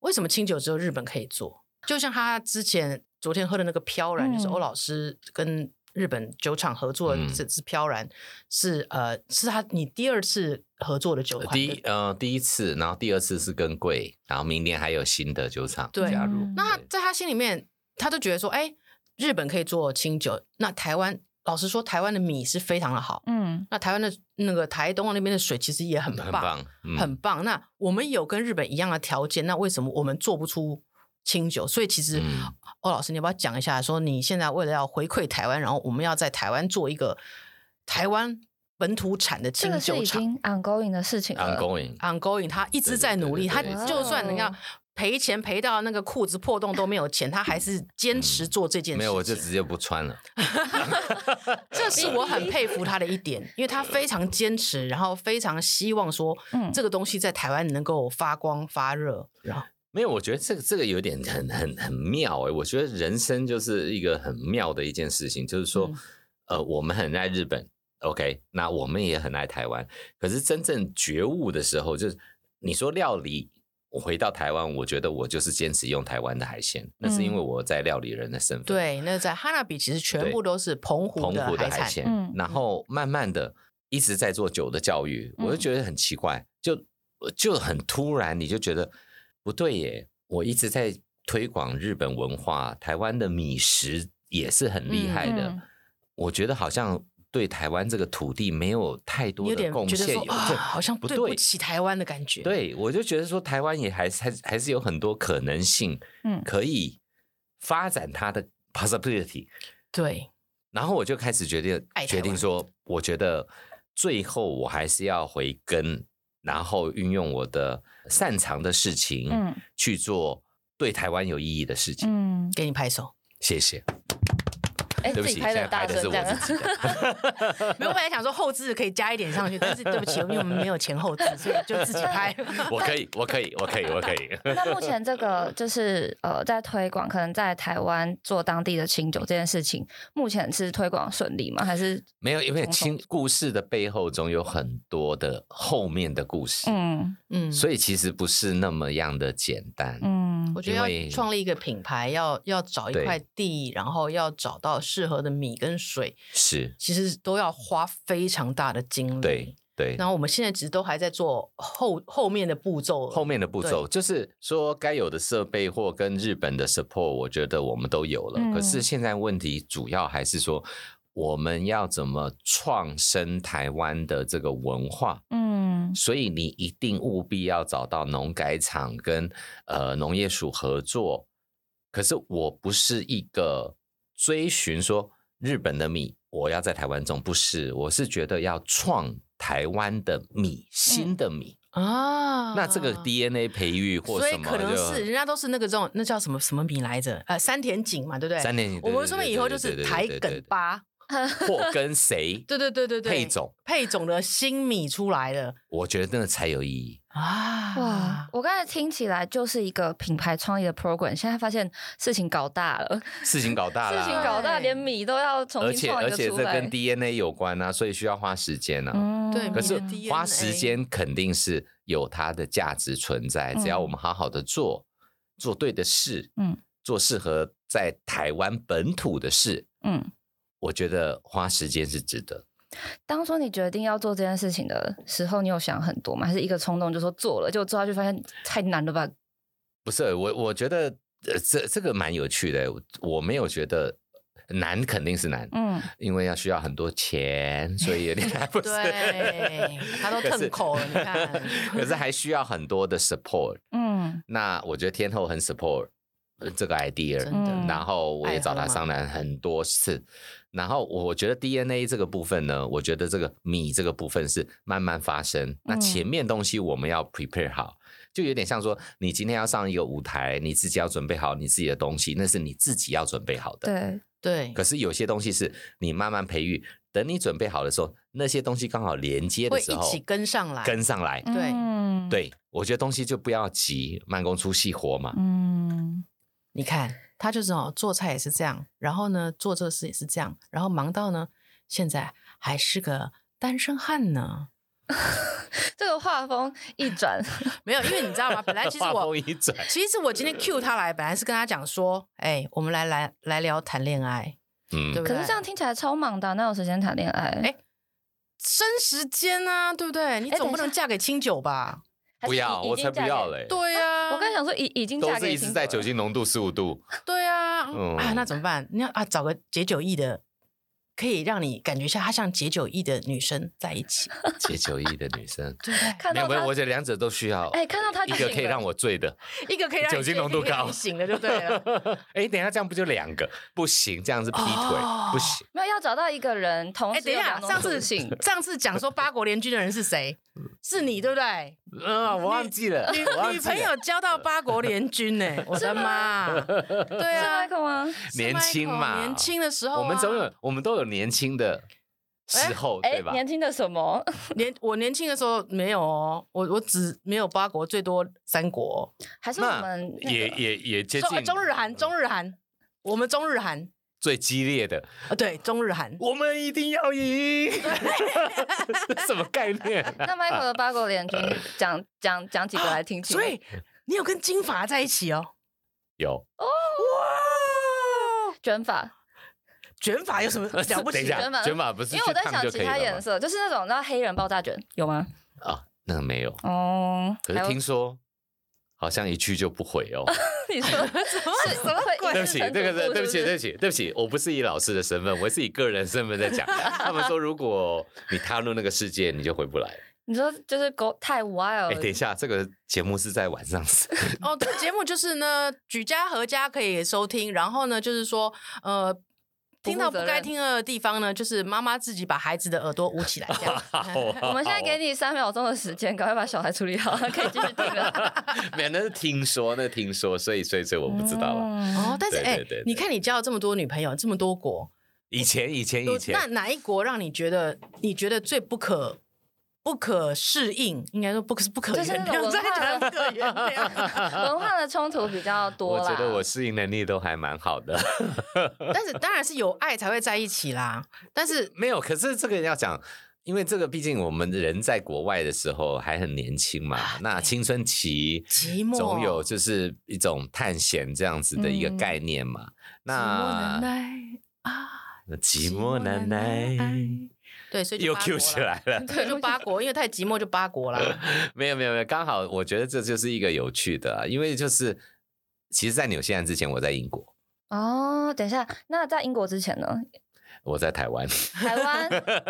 [SPEAKER 3] 为什么清酒只有日本可以做？就像他之前昨天喝的那个飘然，
[SPEAKER 2] 嗯
[SPEAKER 3] 就是欧老师跟日本酒厂合作的
[SPEAKER 4] 嗯
[SPEAKER 3] 这支飘然，是呃是他你第二次合作的酒款，
[SPEAKER 4] 第一
[SPEAKER 3] 对
[SPEAKER 4] 呃第一次，然后第二次是跟贵，然后明年还有新的酒厂
[SPEAKER 3] 对
[SPEAKER 4] 加入
[SPEAKER 2] 嗯，
[SPEAKER 3] 那他在他心里面，他就觉得说，哎，日本可以做清酒，那台湾老实说，台湾的米是非常的好，
[SPEAKER 2] 嗯，
[SPEAKER 3] 那台湾的那个台东那边的水其实也很
[SPEAKER 4] 对
[SPEAKER 3] 棒，
[SPEAKER 4] 很棒，嗯
[SPEAKER 3] 很棒。那我们有跟日本一样的条件，那为什么我们做不出清酒？所以其实
[SPEAKER 4] 嗯
[SPEAKER 3] 欧、老师，你要不要讲一下，说你现在为了要回馈台湾，然后我们要在台湾做一个台湾本土产的
[SPEAKER 2] 这
[SPEAKER 3] 清
[SPEAKER 2] 个是
[SPEAKER 3] 酒
[SPEAKER 2] 已
[SPEAKER 3] 厂
[SPEAKER 2] 经 ongoing 的事情
[SPEAKER 3] 呃
[SPEAKER 2] 了。
[SPEAKER 4] ongoing，
[SPEAKER 3] ，ongoing，他一直在努力，
[SPEAKER 4] 对
[SPEAKER 3] 他
[SPEAKER 4] 对对
[SPEAKER 2] 对
[SPEAKER 3] 就算
[SPEAKER 2] 对
[SPEAKER 3] 人家赔钱赔到那个裤子破洞都没有钱，他还是坚持做这件事情。
[SPEAKER 4] 嗯没有我就直接不穿了，
[SPEAKER 3] 这是我很佩服他的一点，因为他非常坚持，然后非常希望说
[SPEAKER 2] 嗯
[SPEAKER 3] 这个东西在台湾能够发光发热。然后
[SPEAKER 4] 没有，我觉得这个这个有点很很很妙哎、我觉得人生就是一个很妙的一件事情，就是说，
[SPEAKER 3] 嗯
[SPEAKER 4] 呃，我们很爱日本，OK，那我们也很爱台湾。可是真正觉悟的时候，就是你说料理，我回到台湾，我觉得我就是坚持用台湾的海鲜，那是因
[SPEAKER 3] 嗯
[SPEAKER 4] 为我在料理人的身份。
[SPEAKER 3] 对，那在哈纳比其实全部都是澎湖
[SPEAKER 4] 澎
[SPEAKER 3] 的
[SPEAKER 4] 湖的
[SPEAKER 3] 产，
[SPEAKER 4] 海鲜，
[SPEAKER 2] 嗯
[SPEAKER 4] 然后慢慢的一直在做酒的教育，我就
[SPEAKER 2] 嗯
[SPEAKER 4] 觉得很奇怪，就呃就很突然，你就觉得不对耶，我一直在推广日本文化，台湾的米食也是很厉害的，
[SPEAKER 2] 嗯
[SPEAKER 4] 我觉得好像。对台湾这个土地没有太
[SPEAKER 3] 你
[SPEAKER 4] 多
[SPEAKER 3] 有
[SPEAKER 4] 的
[SPEAKER 3] 点
[SPEAKER 4] 贡
[SPEAKER 3] 觉得
[SPEAKER 4] 献，
[SPEAKER 3] 说
[SPEAKER 4] 有
[SPEAKER 3] 啊，
[SPEAKER 4] 这
[SPEAKER 3] 好像
[SPEAKER 4] 不
[SPEAKER 3] 对不起台湾的感觉。，
[SPEAKER 4] 对，我就觉得说台湾也还是还是还是有很多可能性
[SPEAKER 2] 嗯
[SPEAKER 4] 可以发展它的 possibility，
[SPEAKER 3] 对，
[SPEAKER 4] 然后我就开始决定
[SPEAKER 3] 爱台
[SPEAKER 4] 决
[SPEAKER 3] 湾
[SPEAKER 4] 定说，我觉得最后我还是要回根，然后运用我的擅长的事情、
[SPEAKER 2] 嗯
[SPEAKER 4] 去做对台湾有意义的事情。
[SPEAKER 2] 嗯，
[SPEAKER 3] 给你拍 手。
[SPEAKER 4] 谢谢，
[SPEAKER 2] 哎，自
[SPEAKER 4] 对不起，
[SPEAKER 2] 己
[SPEAKER 4] 现
[SPEAKER 2] 拍
[SPEAKER 4] 在
[SPEAKER 2] 的大
[SPEAKER 4] 拍的
[SPEAKER 2] 声
[SPEAKER 4] 是
[SPEAKER 2] 这
[SPEAKER 4] 我
[SPEAKER 2] 样，
[SPEAKER 4] 自己的。
[SPEAKER 3] 没有，我本来想说后置可以加一点上去，但是对不起，因为我们没有前后置，所以就自己拍。
[SPEAKER 4] 我可以，我可以，我可以，我可 以。
[SPEAKER 2] 那目前这 个就是呃，在推广，可能在台湾做当地的清酒这件事情，目前是推广顺利吗？还是
[SPEAKER 4] 没有，因为
[SPEAKER 2] 总统
[SPEAKER 4] 亲故事的背后总有很多的后面的故事，
[SPEAKER 2] 嗯
[SPEAKER 3] 嗯，
[SPEAKER 4] 所以其实不是那么样的简单。
[SPEAKER 2] 嗯
[SPEAKER 3] 我觉得
[SPEAKER 4] 因为
[SPEAKER 3] 要创立一个品牌，要要找一
[SPEAKER 4] 对
[SPEAKER 3] 块地，然后要找到适合的米跟水，
[SPEAKER 4] 是，
[SPEAKER 3] 其实都要花非常大的精力。
[SPEAKER 4] 对，对。
[SPEAKER 3] 然后我们现在其实都还在做后后面的步骤了，
[SPEAKER 4] 后面的步骤就是说，该有的设备或跟日本的 support，我觉得我们都有了。
[SPEAKER 2] 嗯
[SPEAKER 4] 可是现在问题主要还是说，我们要怎么创生台湾的这个文化？
[SPEAKER 2] 嗯
[SPEAKER 4] 所以你一定务必要找到农改场跟呃农业署合作。可是我不是一个追寻说日本的米我要在台湾种，不是，我是觉得要创台湾的米，新的米。
[SPEAKER 3] 啊，
[SPEAKER 4] 那这个 DNA 培育或
[SPEAKER 3] 所
[SPEAKER 4] 什
[SPEAKER 3] 以
[SPEAKER 4] 么，
[SPEAKER 3] 可能是人家都是那个这种那叫什么什么米来着？呃，三田井嘛，对不对？
[SPEAKER 4] 三年级，
[SPEAKER 3] 我们说
[SPEAKER 4] 对
[SPEAKER 3] 以后就是台梗，吧，
[SPEAKER 4] 对对对对对对对或跟谁
[SPEAKER 3] 对对对对对，
[SPEAKER 4] 配种，
[SPEAKER 3] 配种的新米出来了
[SPEAKER 4] 我觉得那才有意义。
[SPEAKER 3] 啊！
[SPEAKER 2] 哇，，我刚才听起来就是一个品牌创意的 program，现在发现事情搞大了，
[SPEAKER 4] 事情搞大
[SPEAKER 2] 事
[SPEAKER 4] 了，啊
[SPEAKER 2] 情搞大，
[SPEAKER 3] 对
[SPEAKER 2] 连米都要重
[SPEAKER 4] 而
[SPEAKER 2] 新
[SPEAKER 4] 且
[SPEAKER 2] 创一
[SPEAKER 4] 而
[SPEAKER 2] 个
[SPEAKER 4] 且
[SPEAKER 2] 出
[SPEAKER 4] 这
[SPEAKER 2] 来
[SPEAKER 4] 跟。DNA 有关啊，所以需要花时间啊。
[SPEAKER 2] 嗯
[SPEAKER 3] 对
[SPEAKER 4] 可是
[SPEAKER 3] 你的 DNA
[SPEAKER 4] 花时间肯定是有它的价值存在，
[SPEAKER 2] 嗯
[SPEAKER 4] 只要我们好好的做，做对的事，
[SPEAKER 2] 嗯，
[SPEAKER 4] 做适合在台湾本土的事，
[SPEAKER 2] 嗯，
[SPEAKER 4] 我觉得花时间是值得。
[SPEAKER 2] 当初你决定要做这件事情的时候，你有想很多吗？还是一个冲动就说做了，就做下去发现太难了吧？
[SPEAKER 4] 不是我，我觉得呃，这这个蛮有趣的。我我没有觉得难肯定是难，
[SPEAKER 2] 嗯，
[SPEAKER 4] 因为要需要很多钱，所以有 点来不及。
[SPEAKER 3] 对，他都
[SPEAKER 4] 可是，
[SPEAKER 3] 腾口了，你看
[SPEAKER 4] 可是还需要很多的 support。
[SPEAKER 2] 嗯
[SPEAKER 4] 那我觉得天后很 support 呃这个 idea，
[SPEAKER 3] 真的
[SPEAKER 2] 嗯
[SPEAKER 4] 然后我也找他商量很多次。然后我觉得 DNA 这个部分呢，我觉得这个米这个部分是慢慢发生。那前
[SPEAKER 3] 嗯
[SPEAKER 4] 面东西我们要 prepare 好，就有点像说你今天要上一个舞台，你自己要准备好你自己的东西，那是你自己要准备好的。
[SPEAKER 2] 对，
[SPEAKER 3] 对
[SPEAKER 4] 可，是有些东西是你慢慢培育，等你准备好的时候，那些东西刚好连接的
[SPEAKER 3] 会
[SPEAKER 4] 时
[SPEAKER 3] 一
[SPEAKER 4] 候
[SPEAKER 3] 起跟上来，
[SPEAKER 4] 跟上来。
[SPEAKER 3] 对
[SPEAKER 2] 嗯，
[SPEAKER 4] 对，我觉得东西就不要急，慢工出细活嘛。
[SPEAKER 2] 嗯，
[SPEAKER 3] 你看，他就是哦，做菜也是这样，然后呢，做这个事也是这样，然后忙到呢，现在还是个单身汉呢。
[SPEAKER 2] 这个画风一 转，
[SPEAKER 3] 没有，因为你知道吗？本来 其实
[SPEAKER 4] 话
[SPEAKER 3] 我
[SPEAKER 4] 锋一转，
[SPEAKER 3] 其实我今天 cue 他来，本来是跟他讲说，哎、我们来来来聊谈恋爱，
[SPEAKER 4] 嗯
[SPEAKER 3] 对，不
[SPEAKER 2] 可
[SPEAKER 3] 对？
[SPEAKER 2] 是这样听起来超忙的啊，哪有时间谈恋爱？
[SPEAKER 3] 哎生时间啊，对不对？你
[SPEAKER 2] 哎
[SPEAKER 3] 总不
[SPEAKER 2] 等一
[SPEAKER 3] 能
[SPEAKER 2] 下
[SPEAKER 3] 嫁给清酒吧？
[SPEAKER 2] 还是
[SPEAKER 4] 不要，
[SPEAKER 2] 已
[SPEAKER 4] 我才不要。嘞、
[SPEAKER 2] 已经嫁给
[SPEAKER 3] 对呀、啊，
[SPEAKER 2] 我刚才想说已已 经
[SPEAKER 4] 都
[SPEAKER 2] 嫁
[SPEAKER 4] 是
[SPEAKER 2] 给
[SPEAKER 4] 一
[SPEAKER 2] 秦
[SPEAKER 4] 直
[SPEAKER 2] 国
[SPEAKER 4] 在
[SPEAKER 2] 了
[SPEAKER 4] 酒精浓度十五 度，
[SPEAKER 3] 对啊，嗯
[SPEAKER 4] 嗯
[SPEAKER 3] 啊，那怎么办？你要啊，找个解酒意的，可以让你感觉一下她像解酒意的女生在一起，，
[SPEAKER 4] 解酒意的女生
[SPEAKER 3] 对不对？
[SPEAKER 2] 看
[SPEAKER 4] 没有，
[SPEAKER 2] 到
[SPEAKER 4] 没有
[SPEAKER 2] 他
[SPEAKER 4] 我觉得两者都需要。
[SPEAKER 2] 哎看到她
[SPEAKER 4] 一
[SPEAKER 2] 就
[SPEAKER 4] 个
[SPEAKER 2] 醒
[SPEAKER 4] 可以
[SPEAKER 2] 了
[SPEAKER 4] 让我醉的，
[SPEAKER 3] 一个可以让你
[SPEAKER 4] 酒精浓度
[SPEAKER 3] 一个可以让
[SPEAKER 4] 高
[SPEAKER 3] 你 醒的就对
[SPEAKER 2] 啊
[SPEAKER 3] 了。
[SPEAKER 4] 哎，等一下这样不就两个？不行，这样是劈腿，
[SPEAKER 3] 哦
[SPEAKER 4] 不行。
[SPEAKER 2] 没有要找到一个人同
[SPEAKER 3] 哎，
[SPEAKER 2] 时
[SPEAKER 3] 等
[SPEAKER 2] 有
[SPEAKER 3] 一下，
[SPEAKER 2] 两种
[SPEAKER 3] 上次
[SPEAKER 2] 属性，
[SPEAKER 3] 上次讲说八国联军的人是谁？是你对不对？
[SPEAKER 4] 嗯，我忘记了，
[SPEAKER 3] 女
[SPEAKER 4] 嗯我忘
[SPEAKER 3] 女
[SPEAKER 4] 记
[SPEAKER 3] 朋
[SPEAKER 4] 了
[SPEAKER 3] 友。交到八国联军呢、 我的妈！对
[SPEAKER 2] 是
[SPEAKER 3] 啊，
[SPEAKER 2] Michael 吗？
[SPEAKER 3] 是
[SPEAKER 4] 年轻
[SPEAKER 3] Michael，
[SPEAKER 4] 嘛
[SPEAKER 3] 年轻的时候啊、
[SPEAKER 4] 我们总有，我们都有年轻的时候，
[SPEAKER 2] 哦哎
[SPEAKER 4] 对吧，？
[SPEAKER 2] 年轻的什么？
[SPEAKER 3] 年我年轻的时候没有哦，我我只没有八国，最多三国。
[SPEAKER 2] 还是我
[SPEAKER 4] 那
[SPEAKER 2] 们那
[SPEAKER 4] 也
[SPEAKER 2] 个
[SPEAKER 4] 也也接
[SPEAKER 3] 中
[SPEAKER 4] 近
[SPEAKER 3] 中日韩，中日韩，我们中日韩
[SPEAKER 4] 最激烈的，
[SPEAKER 3] 啊，对，中日韩。
[SPEAKER 4] 我们一定 要赢，这什么概念啊、
[SPEAKER 2] 那 Michael 的八国联军
[SPEAKER 4] 呃
[SPEAKER 2] 讲讲讲几个来听听。
[SPEAKER 3] 所以你有跟金发在一起哦？
[SPEAKER 4] 有
[SPEAKER 3] 哇，
[SPEAKER 2] 卷发，
[SPEAKER 3] 卷发有什 么了不
[SPEAKER 4] 等一
[SPEAKER 3] 起？
[SPEAKER 2] 卷发
[SPEAKER 4] 下，卷发不是
[SPEAKER 2] 因为我
[SPEAKER 4] 去
[SPEAKER 2] 在
[SPEAKER 4] 烫
[SPEAKER 2] 想
[SPEAKER 4] 就
[SPEAKER 2] 其
[SPEAKER 4] 可以
[SPEAKER 2] 他
[SPEAKER 4] 了
[SPEAKER 2] 颜
[SPEAKER 4] 吗？
[SPEAKER 2] 色，就是那种你知道黑人爆炸卷有吗？
[SPEAKER 4] 啊，那个没有。
[SPEAKER 2] 哦，
[SPEAKER 4] 可
[SPEAKER 2] 还
[SPEAKER 4] 是
[SPEAKER 2] 有
[SPEAKER 4] 听说好像一去就不回 哦。
[SPEAKER 2] 你 说什么什么鬼
[SPEAKER 4] 对不起，这个是对不起，对不起，对不起，我不是以老师的身份，我是以个人身份在讲。他们说，如果你踏入那个世界，你就回不来。
[SPEAKER 2] 你说就是狗太 wild，
[SPEAKER 4] 哎，
[SPEAKER 2] 了
[SPEAKER 4] 等一下，这个节目是在晚上
[SPEAKER 3] 哦，这个节目就是呢，举家合家可以收听，然后呢，就是说，呃。
[SPEAKER 2] 不负
[SPEAKER 3] 听到不
[SPEAKER 2] 责
[SPEAKER 3] 该
[SPEAKER 2] 任
[SPEAKER 3] 听的地方呢，就是妈妈自己把孩子的耳朵捂起来，这 样
[SPEAKER 2] 我
[SPEAKER 4] 我
[SPEAKER 2] 们现在给
[SPEAKER 4] 你，
[SPEAKER 2] 你三秒钟的时间，赶快把小孩处理好，可以继续听了。
[SPEAKER 4] 没有，那是听说，那是听说，所以所以所以 我不知道了。
[SPEAKER 2] 了
[SPEAKER 3] 哦。但是
[SPEAKER 4] 对
[SPEAKER 3] 哎、
[SPEAKER 4] 对对
[SPEAKER 3] 你
[SPEAKER 4] 对
[SPEAKER 3] 看你交了这么多女朋友，这么多国，
[SPEAKER 4] 以前以前
[SPEAKER 3] 有
[SPEAKER 4] 以前
[SPEAKER 3] 那，哪一国让你觉得你觉得最不可不可适应？应该说不可 不可
[SPEAKER 2] 就是
[SPEAKER 3] 原
[SPEAKER 2] 那种
[SPEAKER 3] 谅，
[SPEAKER 2] 文
[SPEAKER 3] 再
[SPEAKER 2] 化
[SPEAKER 3] 讲不可原谅。
[SPEAKER 2] 文化的冲突比较多
[SPEAKER 4] 我
[SPEAKER 2] 啦。
[SPEAKER 4] 觉得我适应能力都还蛮好的。
[SPEAKER 3] 但是当然是有爱才会在一起啦。但是
[SPEAKER 4] 没有，可是这个要讲，因为这个毕竟我们人在国外的时候还很年轻嘛，那青春期
[SPEAKER 3] 寂寞
[SPEAKER 4] 总有就是一种探险这样子的一个
[SPEAKER 2] 嗯
[SPEAKER 4] 概念嘛。
[SPEAKER 3] 寂寞难
[SPEAKER 4] 那
[SPEAKER 3] 耐啊，
[SPEAKER 4] 寂寞难耐，
[SPEAKER 3] 对，所以就
[SPEAKER 4] 又
[SPEAKER 3] 八
[SPEAKER 4] Q
[SPEAKER 3] 国
[SPEAKER 4] 起
[SPEAKER 3] 啦
[SPEAKER 4] 来 了。
[SPEAKER 3] 对，就八国，因为太寂寞就八国啦。
[SPEAKER 4] 没有没有没有，刚好我觉得这就是一个有趣的啊、因为就是其实，在纽西兰之前，我在英国，
[SPEAKER 2] 哦，等一下，那在英国之前 呢？
[SPEAKER 4] 我在台湾，
[SPEAKER 2] 台湾、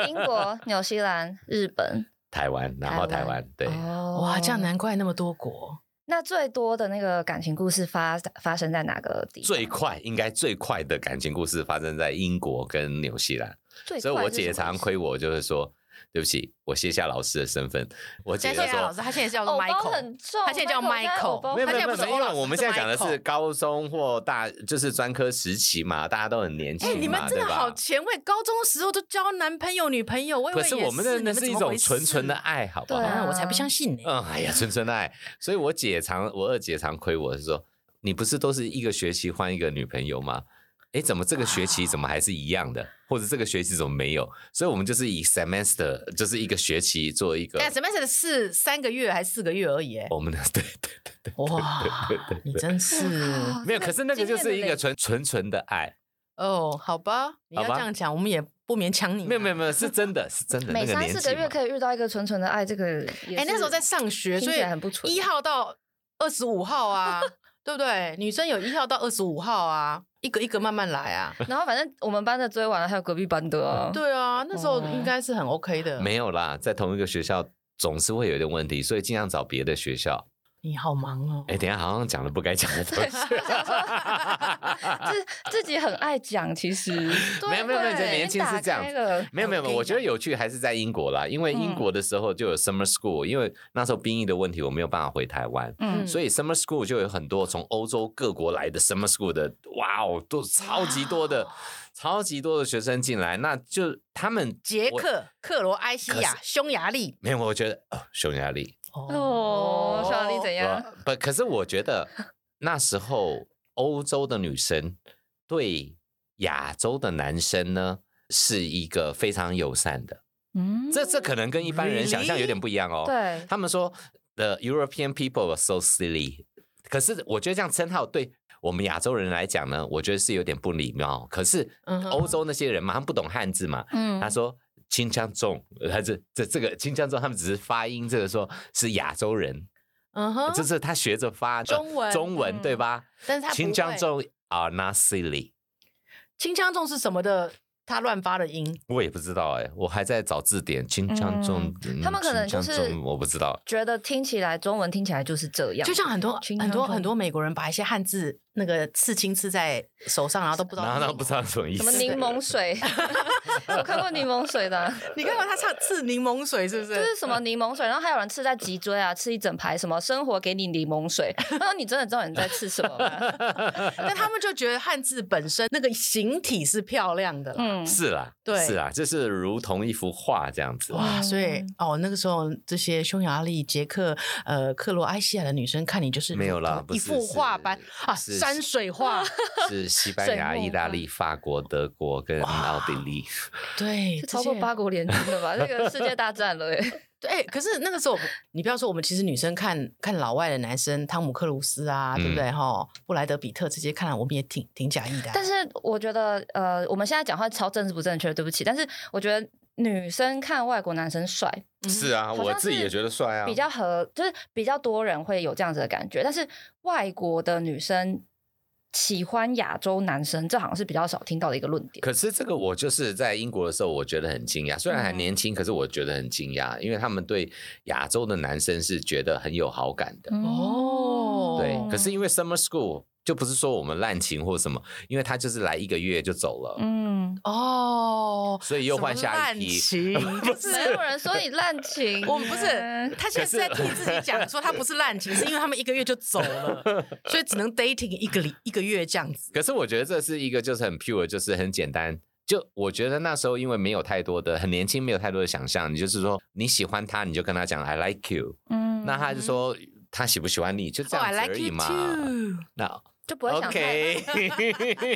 [SPEAKER 2] 英 国、纽西兰、日本。
[SPEAKER 4] 台湾，然后
[SPEAKER 2] 台
[SPEAKER 4] 台
[SPEAKER 2] 湾
[SPEAKER 4] 湾，对。
[SPEAKER 2] 哦
[SPEAKER 3] 哇，这样。难怪那么多国。
[SPEAKER 2] 那最多的那个感情故事发发生在哪个地方？
[SPEAKER 4] 最快应该最快的感情故事发生在英国跟纽西兰，
[SPEAKER 2] 最
[SPEAKER 4] 所以
[SPEAKER 2] 快
[SPEAKER 4] 我
[SPEAKER 2] 是
[SPEAKER 4] 姐
[SPEAKER 2] 什么
[SPEAKER 4] 常
[SPEAKER 2] 意思
[SPEAKER 4] 亏我，就是说，对不起，我卸下老师的身份。我姐
[SPEAKER 3] 现
[SPEAKER 4] 就
[SPEAKER 3] 在谢老
[SPEAKER 4] 说
[SPEAKER 3] 师，，他现在叫
[SPEAKER 2] 哦偶包
[SPEAKER 4] 嗯
[SPEAKER 3] Michael，
[SPEAKER 2] 很重，
[SPEAKER 3] 他现在叫
[SPEAKER 2] Michael，偶包
[SPEAKER 3] Michael
[SPEAKER 4] 没有
[SPEAKER 3] 哦他
[SPEAKER 4] 没
[SPEAKER 3] 现在不
[SPEAKER 4] 有没有，
[SPEAKER 3] 是欧
[SPEAKER 4] 因
[SPEAKER 3] 老
[SPEAKER 4] 为
[SPEAKER 3] 师
[SPEAKER 4] 我们
[SPEAKER 3] 是
[SPEAKER 4] 现在讲的是
[SPEAKER 3] Michael
[SPEAKER 4] 高中或大，就是专科时期嘛，大家都很年轻
[SPEAKER 3] 哎、
[SPEAKER 4] 嘛，
[SPEAKER 3] 你们真的
[SPEAKER 4] 啊对吧
[SPEAKER 3] 好前卫，高中的时候都交男朋友女朋友，我以为
[SPEAKER 4] 可是
[SPEAKER 3] 也
[SPEAKER 4] 我们的
[SPEAKER 3] 你
[SPEAKER 4] 那
[SPEAKER 3] 们
[SPEAKER 4] 是
[SPEAKER 3] 怎
[SPEAKER 4] 一
[SPEAKER 3] 么
[SPEAKER 4] 种
[SPEAKER 3] 回
[SPEAKER 4] 纯纯的
[SPEAKER 3] 事，
[SPEAKER 4] 爱，好不
[SPEAKER 2] 对
[SPEAKER 4] 好？
[SPEAKER 2] 啊
[SPEAKER 3] 啊，我才不相信呢、
[SPEAKER 4] 嗯，哎呀，纯纯的爱。所以我姐常，我二姐常亏我是说，你不是都是一个学期换一个女朋友吗？哎，怎么这个学期怎么还是一样的， 或者这个学期怎么没有？所以我们就是以 semester 就是一个学期做一个
[SPEAKER 3] 哎、什么意思？是三个月还是四个月而已、哎，
[SPEAKER 4] 我们的对对对
[SPEAKER 3] 哇，你真 是
[SPEAKER 2] 哇
[SPEAKER 4] 没有，可是那个
[SPEAKER 2] 经
[SPEAKER 4] 就
[SPEAKER 2] 哦验的
[SPEAKER 4] 是一
[SPEAKER 2] 累
[SPEAKER 4] 个纯纯纯的爱，
[SPEAKER 3] 哦，好吧，你要
[SPEAKER 4] 好吧
[SPEAKER 3] 这样讲，我们也不勉强你。
[SPEAKER 4] 没有没有。没有，是真的是真的。
[SPEAKER 2] 每
[SPEAKER 4] 那个
[SPEAKER 2] 三
[SPEAKER 4] 年
[SPEAKER 2] 四
[SPEAKER 4] 纪
[SPEAKER 2] 个月
[SPEAKER 4] 嘛，
[SPEAKER 2] 可以遇到一个纯纯的爱，这个
[SPEAKER 3] 哎、
[SPEAKER 2] 哎
[SPEAKER 3] 那时候在上学，
[SPEAKER 2] 听
[SPEAKER 3] 所
[SPEAKER 2] 起
[SPEAKER 3] 以
[SPEAKER 2] 来很不纯
[SPEAKER 3] 一号到二十五号啊，对不对？女生有一号到二十五号啊，一个一个慢慢来啊。
[SPEAKER 4] 嗯
[SPEAKER 2] 然后反正我们班的追完了，还有隔壁班的啊。
[SPEAKER 3] 对啊，那时候
[SPEAKER 2] 哦
[SPEAKER 3] 应该是很 OK 的。
[SPEAKER 4] 没有啦，在同一个学校总是会有一点问题，所以尽量找别的学校。
[SPEAKER 3] 你好忙哦。
[SPEAKER 4] 哎，等一下好像讲了不该讲的东
[SPEAKER 2] 对，
[SPEAKER 4] 西。
[SPEAKER 2] 我想说自自己很爱讲，其实
[SPEAKER 4] 没有没有没有，
[SPEAKER 2] 对
[SPEAKER 4] 年轻是这样
[SPEAKER 2] 打开了嗯
[SPEAKER 4] 没有没有，没有，我觉得有趣还是在英国啦，因为英国的时候就有 summer school，、因为那时候兵役的问题，我没有办法回台湾，
[SPEAKER 2] 嗯
[SPEAKER 4] 所以 summer school 就有很多从欧洲各国来的 summer school 的，哇哦，都超级多的，超级多的学生进来，那就他们
[SPEAKER 3] 捷
[SPEAKER 4] 我
[SPEAKER 3] 克、克罗埃西亚、匈牙利。
[SPEAKER 4] 没有，我觉得哦，匈牙利，
[SPEAKER 2] 哦，匈牙利怎样？
[SPEAKER 4] 不，可是我觉得那时候欧洲的女生对亚洲的男生呢，是一个非常友善的。
[SPEAKER 2] 嗯，
[SPEAKER 4] 这这可能跟一般人想象有点不一样哦。
[SPEAKER 2] 对，
[SPEAKER 4] 他们说，the European people are so silly。可是我觉得这样称号对我们亚洲人来讲呢，我觉得是有点不礼貌。可是
[SPEAKER 3] 嗯哼
[SPEAKER 4] 欧洲那些人嘛，他们不懂汉字嘛，
[SPEAKER 2] 嗯
[SPEAKER 4] 他说清江重，他这这这个清江重，他们只是发音，这个说是亚洲人，
[SPEAKER 3] 嗯哼，
[SPEAKER 4] 就是他学着发
[SPEAKER 3] 中文
[SPEAKER 4] 中文
[SPEAKER 2] 哦嗯
[SPEAKER 4] 对吧？
[SPEAKER 3] 但是他不
[SPEAKER 4] 清江啊
[SPEAKER 3] 会。
[SPEAKER 4] 重 are not silly，
[SPEAKER 3] 清江重是什么的？他乱发的音。
[SPEAKER 4] 我也不知道哎、我还在找字典。清江重，嗯
[SPEAKER 2] 他们可能
[SPEAKER 4] 清江
[SPEAKER 2] 就是
[SPEAKER 4] 重我不知道。
[SPEAKER 2] 觉得听起来中文听起来就是这样，
[SPEAKER 3] 就像很多
[SPEAKER 2] 清
[SPEAKER 3] 很多
[SPEAKER 2] 江重
[SPEAKER 3] 很多美国人把一些汉字那个刺青刺在手上，然后都不知 道。
[SPEAKER 4] 然后他不知道什么意
[SPEAKER 2] 什
[SPEAKER 4] 思，
[SPEAKER 2] 么柠檬 水，我看过柠檬水的啊、
[SPEAKER 3] 你看过他唱刺柠檬水是不？
[SPEAKER 2] 就是是什
[SPEAKER 4] 嗯
[SPEAKER 2] 么柠檬水，然后还有人吃在脊椎啊，吃一整排什么生活给你柠檬水， 他说你真的知道你在吃什么吗？
[SPEAKER 3] 但他们就觉得汉字本身那个形体是漂亮的啦。
[SPEAKER 2] 嗯，
[SPEAKER 4] 是啦，
[SPEAKER 3] 对
[SPEAKER 4] 是啦，就是如同一幅画这样子。
[SPEAKER 3] 哇，所以
[SPEAKER 2] 嗯
[SPEAKER 3] 哦，那个时候这些匈牙利、捷克、呃，克罗埃西亚的女生看你就是
[SPEAKER 4] 没有啦
[SPEAKER 3] 如，同
[SPEAKER 4] 不
[SPEAKER 3] 一
[SPEAKER 4] 是
[SPEAKER 3] 幅画般啊，
[SPEAKER 4] 是
[SPEAKER 3] 山水 画，
[SPEAKER 4] 是西班牙、
[SPEAKER 2] 水墨画
[SPEAKER 4] 意大利、法国、德国跟奥地利。
[SPEAKER 3] 对，
[SPEAKER 2] 是超过
[SPEAKER 3] 这些
[SPEAKER 2] 八国联军了吧？这个世界大战了耶！
[SPEAKER 3] 对，可是那个时候，你不要说我们其实女生看看老外的男生，汤姆克鲁斯啊，
[SPEAKER 4] 嗯
[SPEAKER 3] 对不对？哈，布莱德比特这些，看来我们也挺挺假意的啊、
[SPEAKER 2] 但是我觉得，呃，我们现在讲话超政治不正确，对不起。但是我觉得女生看外国男生帅，
[SPEAKER 3] 嗯
[SPEAKER 4] 是啊，
[SPEAKER 2] 好像
[SPEAKER 4] 我自己
[SPEAKER 2] 是
[SPEAKER 4] 也觉得帅啊，
[SPEAKER 2] 比较合，就是比较多人会有这样子的感觉。但是外国的女生喜欢亚洲男生，这好像是比较少听到的一个论点。
[SPEAKER 4] 可是这个我就是在英国的时候，我觉得很惊讶。虽然还
[SPEAKER 3] 嗯
[SPEAKER 4] 年轻，可是我觉得很惊讶，因为他们对亚洲的男生是觉得很有好感的。
[SPEAKER 3] 嗯哦
[SPEAKER 4] 对，可是因为 summer school 就不是说我们滥情或什么，因为他就是来一个月就走了，
[SPEAKER 2] 嗯，
[SPEAKER 3] 哦，
[SPEAKER 4] 所以又换下一批。
[SPEAKER 3] 什么烂情不，
[SPEAKER 2] 没有人说你滥情
[SPEAKER 3] 我们不
[SPEAKER 2] 嗯
[SPEAKER 3] 是，他现在是在替自己讲说他 不是滥情，是因为他们一个月就走了，所以只能 dating 一个礼一个月这样子。
[SPEAKER 4] 可是我觉得这是一个就是很 pure，就是很简单。就我觉得那时候因为没有太多的很年轻，没有太多的想象，你就是说你喜欢他，你就跟他讲 I like you，、
[SPEAKER 2] 嗯
[SPEAKER 4] 那他就说他喜不喜欢你，就这
[SPEAKER 3] Oh, I
[SPEAKER 4] 样子
[SPEAKER 3] like
[SPEAKER 4] 而
[SPEAKER 3] you
[SPEAKER 4] 已嘛。
[SPEAKER 3] too。
[SPEAKER 4] 那
[SPEAKER 2] 就不会想太。
[SPEAKER 4] OK，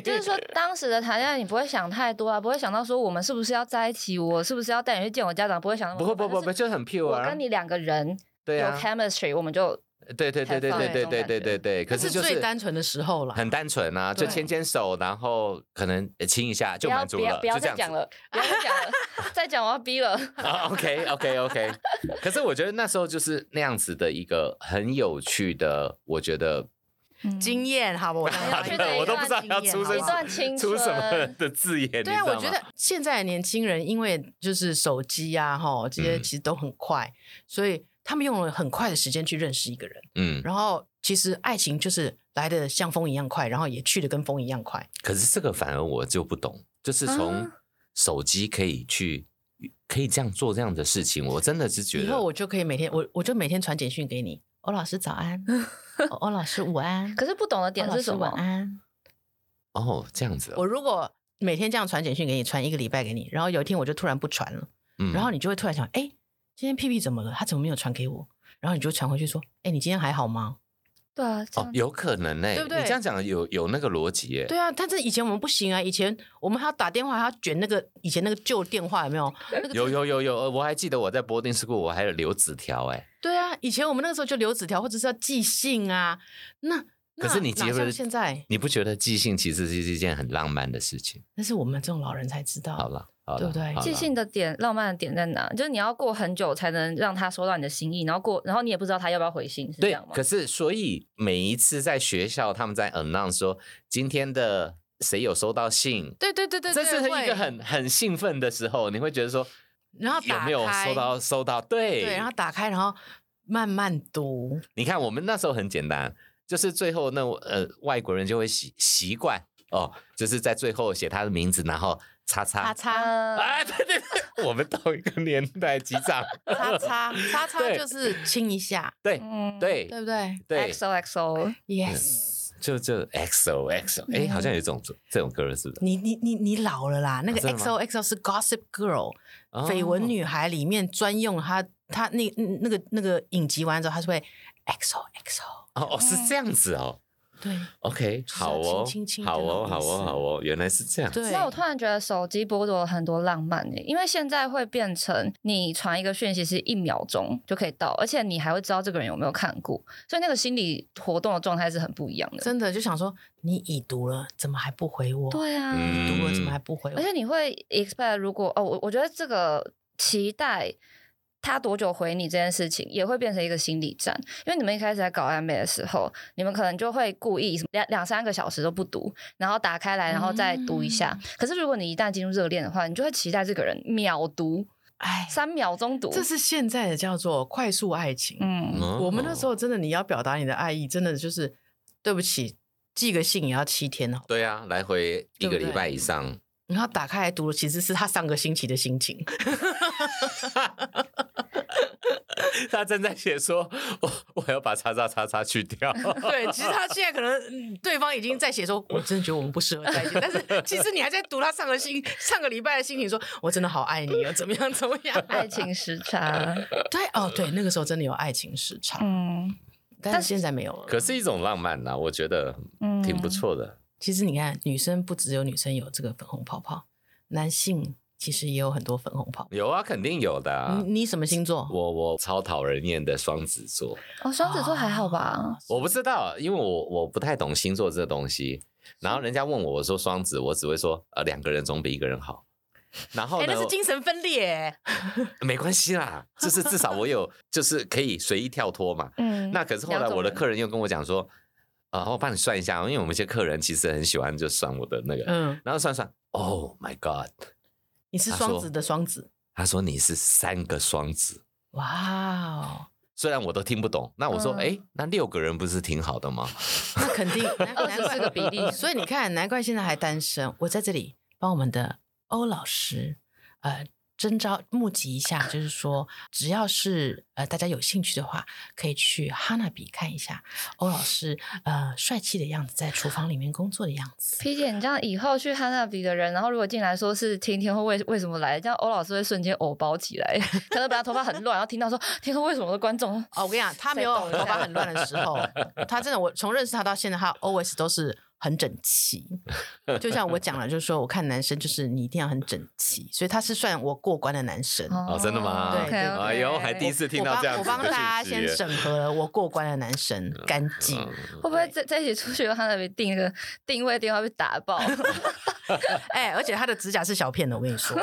[SPEAKER 2] 就是说，当时的谈恋爱，你不会想太多啊，不会想到说我们是不是要在一起，我是不是要带你去见我家长，不会想那么
[SPEAKER 4] 不
[SPEAKER 2] 多
[SPEAKER 4] 会不会不会，
[SPEAKER 2] 反正
[SPEAKER 4] 就
[SPEAKER 2] 是
[SPEAKER 4] 很 pure
[SPEAKER 2] 我
[SPEAKER 4] 啊。
[SPEAKER 2] 跟你两个人有
[SPEAKER 4] 对啊，
[SPEAKER 2] chemistry，我们就
[SPEAKER 4] 对对对对
[SPEAKER 2] 开放
[SPEAKER 4] 对
[SPEAKER 2] 的那
[SPEAKER 4] 对
[SPEAKER 2] 种
[SPEAKER 4] 对
[SPEAKER 2] 感
[SPEAKER 4] 对
[SPEAKER 2] 觉
[SPEAKER 4] 对对。可
[SPEAKER 3] 那是
[SPEAKER 4] 就
[SPEAKER 3] 最
[SPEAKER 4] 是
[SPEAKER 3] 单纯的时候啦
[SPEAKER 4] 很单纯啊，就
[SPEAKER 3] 对
[SPEAKER 4] 牵牵手，然后可能亲一下
[SPEAKER 2] 不
[SPEAKER 4] 就
[SPEAKER 2] 要
[SPEAKER 4] 满足
[SPEAKER 2] 不要
[SPEAKER 4] 了，
[SPEAKER 2] 不要
[SPEAKER 4] 就这
[SPEAKER 2] 再
[SPEAKER 4] 样子
[SPEAKER 2] 讲。了，不要再讲了， 再讲我要逼 了。
[SPEAKER 4] 啊，OK OK OK，可是我觉得那时候就是那样子的一个很有趣的，我觉得
[SPEAKER 2] 嗯
[SPEAKER 3] 经验，好吧，我想要
[SPEAKER 2] 好的 我都不知
[SPEAKER 4] 道要出
[SPEAKER 2] 一
[SPEAKER 4] 这
[SPEAKER 2] 段青
[SPEAKER 4] 出
[SPEAKER 2] 春，
[SPEAKER 4] 什么的字眼，你知
[SPEAKER 3] 对啊，
[SPEAKER 4] 道
[SPEAKER 3] 我
[SPEAKER 4] 吗
[SPEAKER 3] 觉得现在的年轻人，因为就是手机啊，哈，这些
[SPEAKER 4] 嗯
[SPEAKER 3] 其实都很快，所以他们用了很快的时间去认识一个人，
[SPEAKER 4] 嗯，
[SPEAKER 3] 然后其实爱情就是来的像风一样快，然后也去的跟风一样快。
[SPEAKER 4] 可是这个反而我就不懂，就是从
[SPEAKER 2] 啊
[SPEAKER 4] 手机可以去可以这样做这样的事情，我真的是觉
[SPEAKER 3] 以后
[SPEAKER 4] 得
[SPEAKER 3] 我就可以每天，我我就每天传简讯给你，欧老师早 安，哦欧老师午安，
[SPEAKER 2] 可是不懂的点
[SPEAKER 3] 欧老
[SPEAKER 2] 是
[SPEAKER 3] 师
[SPEAKER 2] 什
[SPEAKER 3] 晚
[SPEAKER 2] 么？
[SPEAKER 3] 安。
[SPEAKER 4] 哦这样子哦，
[SPEAKER 3] 我如果每天这样传简讯给你，传一个礼拜给你，然后有一天我就突然不传了。
[SPEAKER 4] 嗯
[SPEAKER 3] 然后你就会突然想，哎、今天屁屁怎么了？他怎么没有传给我？然后你就传回去说，哎、你今天还好吗？
[SPEAKER 2] 对啊，这
[SPEAKER 4] 哦
[SPEAKER 2] 样
[SPEAKER 4] 有可能呢，
[SPEAKER 3] 对不对
[SPEAKER 4] 你这样讲有有那个逻辑耶，
[SPEAKER 3] 对啊，但是以前我们不行啊，以前我们还要打电话，还要卷那个以前那个旧电话，有没有？那个
[SPEAKER 4] 有有有有，呃我还记得我在柏林 school，我还有留纸条哎。
[SPEAKER 3] 对啊，以前我们那个时候就留纸条，或者是要寄信啊。那那
[SPEAKER 4] 可是你结
[SPEAKER 3] 哪像
[SPEAKER 4] 婚，
[SPEAKER 3] 现在，
[SPEAKER 4] 你不觉得寄信其实是一件很浪漫的事情？
[SPEAKER 3] 那是我们这种老人才知
[SPEAKER 4] 好
[SPEAKER 3] 道。
[SPEAKER 4] 了，好了，
[SPEAKER 3] 对不对
[SPEAKER 4] 好了
[SPEAKER 2] 寄信的点，浪漫的点在哪？就是你要过很久才能让他收到你的心意，然后过，然后你也不知道他要不要回信，是这
[SPEAKER 4] 对
[SPEAKER 2] 样吗？，
[SPEAKER 4] 可是所以每一次在学校，他们在 announce 说今天的谁有收到信，
[SPEAKER 3] 对对对对，
[SPEAKER 4] 这
[SPEAKER 3] 对
[SPEAKER 4] 是一
[SPEAKER 3] 会
[SPEAKER 4] 个很很兴奋的时候，你会觉得说
[SPEAKER 3] 然后
[SPEAKER 4] 有
[SPEAKER 3] 打
[SPEAKER 4] 没有
[SPEAKER 3] 开
[SPEAKER 4] 收到收到？对，
[SPEAKER 3] 对，然后打开，然后慢慢读，
[SPEAKER 4] 你看我们那时候很简单，就是最后那呃外国人就会习习惯哦，就是在最后写他的名字，然后叉叉
[SPEAKER 3] 叉。叉
[SPEAKER 4] 啊，对对对， 我们同一个年代击掌，
[SPEAKER 3] 叉叉叉叉
[SPEAKER 4] 对
[SPEAKER 3] 就是亲一下，
[SPEAKER 4] 对
[SPEAKER 2] 嗯，
[SPEAKER 4] 对
[SPEAKER 3] 对不对
[SPEAKER 4] 对，
[SPEAKER 2] ，XOXO，
[SPEAKER 3] ？Yes，
[SPEAKER 4] 就就 XO XO，哎，好像有一种这种歌是不是？
[SPEAKER 3] 你你你你老了啦，那个
[SPEAKER 4] 啊真的
[SPEAKER 3] XO
[SPEAKER 4] 吗
[SPEAKER 3] XO 是 Gossip Girl
[SPEAKER 4] 哦
[SPEAKER 3] 绯闻女孩里面专用它，它那嗯那个那个影集完之后，它是会 XO XO，
[SPEAKER 4] 哦哦是这样子哦
[SPEAKER 3] 对
[SPEAKER 4] ，OK，
[SPEAKER 3] 嗯是啊
[SPEAKER 4] 好哦
[SPEAKER 3] 亲亲，的
[SPEAKER 4] 好哦，
[SPEAKER 3] 那种
[SPEAKER 4] 好
[SPEAKER 3] 意思
[SPEAKER 4] 哦，好哦，原来是这样，
[SPEAKER 3] 对，
[SPEAKER 2] 那我突然觉得手机剥夺了很多浪漫耶，因为现在会变成你传一个讯息是一秒钟就可以到，而且你还会知道这个人有没有看过，所以那个心理活动的状态是很不一样的。
[SPEAKER 3] 真的就想说你已读了，怎么还不回我？
[SPEAKER 2] 对啊，
[SPEAKER 4] 嗯
[SPEAKER 3] 已读了怎么还不回我
[SPEAKER 2] 而？且你会 expect 如果哦，我我觉得这个期待他多久回你这件事情，也会变成一个心理战。因为你们一开始在搞暧昧的时候，你们可能就会故意什么两两三个小时都不读，然后打开来，然后再读一下。
[SPEAKER 3] 嗯
[SPEAKER 2] 可是如果你一旦进入热恋的话，你就会期待这个人秒读，
[SPEAKER 3] 哎，
[SPEAKER 2] 三秒钟读。
[SPEAKER 3] 这是现在的叫做快速爱情。
[SPEAKER 2] 嗯，
[SPEAKER 4] 哦
[SPEAKER 3] 我们那时候真的，你要表达你的爱意，真的就是对不起，寄个信也要七天哦。
[SPEAKER 4] 对啊，来回一
[SPEAKER 3] 对
[SPEAKER 4] 个
[SPEAKER 3] 不对
[SPEAKER 4] 礼拜以上，
[SPEAKER 3] 然后打开来读，其实是他上个星期的心 情。
[SPEAKER 4] 他正在写说，我我要把叉叉叉叉去掉，
[SPEAKER 3] 对，其实他现在可能嗯对方已经在写说，我真的觉得我们不适合在一起，但是 其实你还在读他上个星上个礼拜的心情说，我真的好爱你哦，怎么样怎么 样？
[SPEAKER 2] 爱情时 差。
[SPEAKER 3] 对哦，对，那个时候真的有爱情市场，
[SPEAKER 2] 嗯
[SPEAKER 3] 但是现在没有了。
[SPEAKER 4] 可是一种浪漫啦，我觉得
[SPEAKER 2] 嗯，
[SPEAKER 4] 挺不。错的。
[SPEAKER 3] 其实你看，女生不只有女生有这个粉红泡泡，男性其实也有很多粉红泡泡。
[SPEAKER 4] 有啊，肯定有的、
[SPEAKER 2] 嗯
[SPEAKER 4] 啊。
[SPEAKER 3] 你你什么星座？
[SPEAKER 4] 我我超讨人厌的双子座，
[SPEAKER 2] 哦，双子座还好吧？
[SPEAKER 4] 我不知道，因为我我不太懂星座这东西。然后人家问我，我说双子，我只会说呃两个人总比一个人好。然后
[SPEAKER 3] 哎、
[SPEAKER 4] 呢
[SPEAKER 3] 那，是精神分裂欸。
[SPEAKER 4] 没关系啦，就是至少我有就是可以随意跳脱嘛。
[SPEAKER 2] 嗯，
[SPEAKER 4] 那可是后来
[SPEAKER 2] 两种
[SPEAKER 4] 我的
[SPEAKER 2] 人
[SPEAKER 4] 客人又跟我讲说，啊、我帮你算一下哦，因为我们一些客人其实很喜欢就算我的那个，
[SPEAKER 3] 嗯，
[SPEAKER 4] 然后算算，Oh my God，
[SPEAKER 3] 你是
[SPEAKER 4] 他
[SPEAKER 3] 双
[SPEAKER 4] 说
[SPEAKER 3] 子的双子，
[SPEAKER 4] 他说你是三个双子。
[SPEAKER 3] 哇哦，
[SPEAKER 4] 虽然我都听不懂，那我说，
[SPEAKER 2] 嗯
[SPEAKER 4] 哎、那六个人不是挺好的吗？
[SPEAKER 3] 那肯 定难
[SPEAKER 2] 二十四个比 例，
[SPEAKER 3] 所以你看，难怪现在还单身。我在这里帮我们的欧老师，呃，征招募集一下，就是说，只要是呃大家有兴趣的话，可以去哈娜比看一下欧老师呃帅气的样子，在厨房里面工作的样子。
[SPEAKER 2] P 姐，你这样以后去汉娜比的人，然后如果进来说是听天后为为什么来，这样欧老师会瞬间偶包起来，可能本来头发很乱，然后听到说天后为什么的观众，
[SPEAKER 3] 哦，我跟你讲，他没有
[SPEAKER 2] 再动一下
[SPEAKER 3] 头发很乱的时 候，他真的，我从认识他到现在，他 always 都是很整齐。就像我讲了，就是说，我看男生就是你一定要很整齐，所以他是算我过关的男生。
[SPEAKER 4] 哦，真的吗？
[SPEAKER 3] 对对
[SPEAKER 4] 哎呦，还第一次听到这样
[SPEAKER 3] 我
[SPEAKER 4] 子
[SPEAKER 3] 帮我帮大家
[SPEAKER 4] 的嗯
[SPEAKER 3] 先
[SPEAKER 4] 讯息耶。
[SPEAKER 3] 审核了我过关的男神，干净。
[SPEAKER 2] 会不会在在一起出去和汉娜比定一个定位电话被打爆？
[SPEAKER 3] 哎、而且他的指甲是小片的，我跟你 说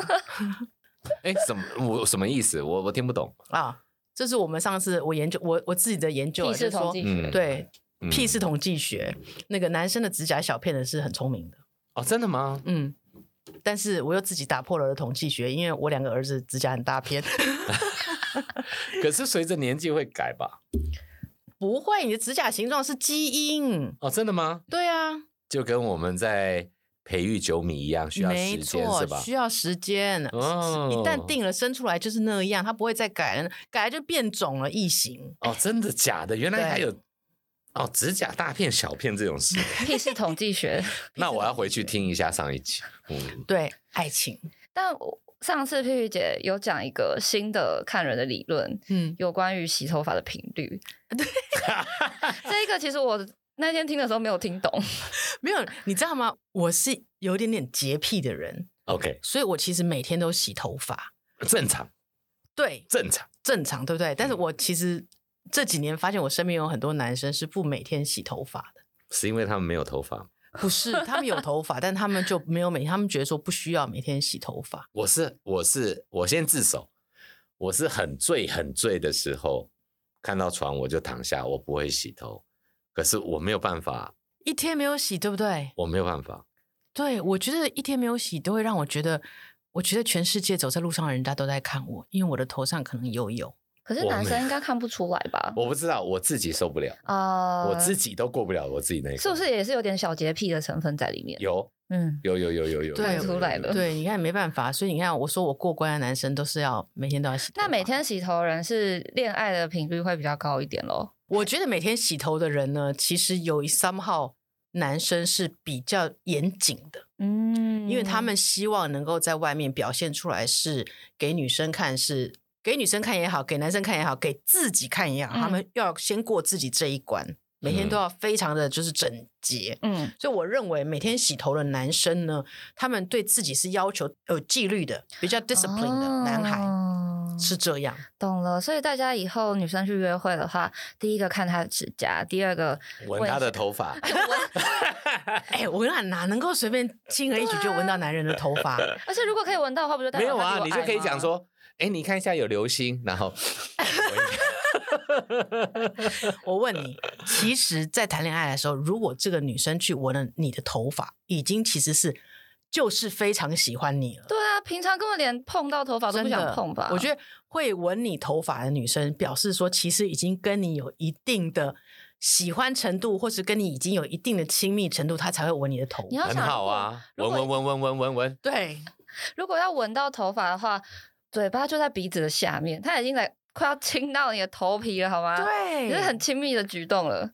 [SPEAKER 4] 哎、什么？我什么意思？我我听不懂。
[SPEAKER 3] 啊，这是我们上次我研究我我自己的研究啊，
[SPEAKER 2] 屁事
[SPEAKER 3] 就是说
[SPEAKER 2] 统计
[SPEAKER 4] 嗯，
[SPEAKER 3] 对
[SPEAKER 4] 嗯
[SPEAKER 3] 屁事统计学，那个男生的指甲小片的是很聪明的，
[SPEAKER 4] 哦，真的吗？
[SPEAKER 3] 嗯。但是我又自己打破了我的统计学，因为我两个儿子指甲很大 片，
[SPEAKER 4] 可是随着年纪会改吧？
[SPEAKER 3] 不会，你的指甲形状是基因，
[SPEAKER 4] 哦，真的吗？
[SPEAKER 3] 对啊，
[SPEAKER 4] 就跟我们在培育九米一样，需要
[SPEAKER 3] 没
[SPEAKER 4] 时间
[SPEAKER 3] 错
[SPEAKER 4] 是，吧
[SPEAKER 3] 需？要时间。
[SPEAKER 4] 哦
[SPEAKER 3] 一旦定了，生出来就是那样，它不会再改了，改了就变种了，异形。
[SPEAKER 4] 哦，真的假的？原
[SPEAKER 3] 对
[SPEAKER 4] 来还有哦，指甲大片、小片这种事。
[SPEAKER 2] 屁事统计学，
[SPEAKER 4] 那我要回去听一下上一集。
[SPEAKER 2] 哦
[SPEAKER 4] 嗯，
[SPEAKER 3] 对，爱情，
[SPEAKER 2] 但我上次屁屁姐有讲一个新的看人的理论，
[SPEAKER 3] 嗯，
[SPEAKER 2] 有关于洗头发的频 率，对，这个其实我那天听的时候没有听懂，
[SPEAKER 3] 没有，你知道吗？我是有一点点洁癖的人，
[SPEAKER 4] OK，
[SPEAKER 3] 所以我其实每天都洗头发，
[SPEAKER 4] 正常，
[SPEAKER 3] 对，
[SPEAKER 4] 正常。
[SPEAKER 3] 正常，对不对？但是我其实这几年发现，我身边有很多男生是不每天洗头发的，
[SPEAKER 4] 是因为他们没有头发吗
[SPEAKER 3] 不是他们有头发，但他们就没有每，他们觉得说不需要每天洗头发。
[SPEAKER 4] 我是我是我先自首，我是很醉很醉的时候，看到床我就躺下，我不会洗头，可是我没有办法，
[SPEAKER 3] 一天没有洗，对不对？
[SPEAKER 4] 我没有办法，
[SPEAKER 3] 对我觉得一天没有洗都会让我觉得，我觉得全世界走在路上的人家都在看我，因为我的头上可能有油。
[SPEAKER 2] 可是
[SPEAKER 4] 我
[SPEAKER 2] 男
[SPEAKER 4] 没
[SPEAKER 2] 生应该看不出来吧？
[SPEAKER 4] 我不知道，我自己受不了，
[SPEAKER 2] 啊，
[SPEAKER 4] 我自己都过不了我自己那一关，
[SPEAKER 2] 是不是也是有点小洁癖的成分在里面？
[SPEAKER 4] 有
[SPEAKER 2] 嗯，
[SPEAKER 4] 有有有有有
[SPEAKER 3] 对
[SPEAKER 4] 有
[SPEAKER 2] 出来
[SPEAKER 4] 有
[SPEAKER 2] 了
[SPEAKER 4] 有
[SPEAKER 3] 对，你看没办法，所以你看我说我过关的男生都是要每天都要洗。
[SPEAKER 2] 那每，天洗头人是恋爱的频率会比较高一点咯。
[SPEAKER 3] 我觉得每天洗头的人呢，其实有一 somehow 男生是比较严谨的。
[SPEAKER 2] 嗯
[SPEAKER 3] 因为他们希望能够在外面表现出来是给女生看是。给女生看也好，给男生看也好，给自己看也好，
[SPEAKER 2] 嗯
[SPEAKER 3] 他们要先过自己这一关，每天都要非常的就是整洁。
[SPEAKER 2] 嗯，
[SPEAKER 3] 所以我认为每天洗头的男生呢，他们对自己是要求有纪律的，比较 discipline 的男孩、
[SPEAKER 2] 哦
[SPEAKER 3] 是这样。
[SPEAKER 2] 懂了，所以大家以后女生去约会的话，第一个看她的指甲，第二个
[SPEAKER 4] 闻他的头发，
[SPEAKER 3] 哎、我跟你讲，哪能够随便轻而易举就闻到男人的头发？
[SPEAKER 2] 而且如果可以闻到的话，不就代
[SPEAKER 4] 没
[SPEAKER 2] 表
[SPEAKER 4] 有
[SPEAKER 2] 她
[SPEAKER 4] 啊，
[SPEAKER 2] 比我
[SPEAKER 4] 你就
[SPEAKER 2] 矮
[SPEAKER 4] 可以
[SPEAKER 2] 吗
[SPEAKER 4] 讲，说，哎，你看一下有流星，然后
[SPEAKER 3] 我问你，其实，在谈恋爱的时候，如果这个女生去闻了你的头发，已经其实是就是非常喜欢你了。
[SPEAKER 2] 对啊，平常根本连碰到头发都
[SPEAKER 3] 真
[SPEAKER 2] 不
[SPEAKER 3] 的
[SPEAKER 2] 想碰吧？
[SPEAKER 3] 我觉得会闻你头发的女生，表示说其实已经跟你有一定的喜欢程度，或是跟你已经有一定的亲密程度，她才会闻你的头
[SPEAKER 2] 你。要
[SPEAKER 4] 很
[SPEAKER 2] 想，
[SPEAKER 4] 好啊，
[SPEAKER 2] 如果
[SPEAKER 4] 闻闻闻闻闻闻闻，
[SPEAKER 3] 对，
[SPEAKER 2] 如果要闻到头发的话，嘴巴就在鼻子的下面，它已经来快要亲到你的头皮了，好吗？，
[SPEAKER 3] 对，哎
[SPEAKER 2] 也是很亲密的举动了。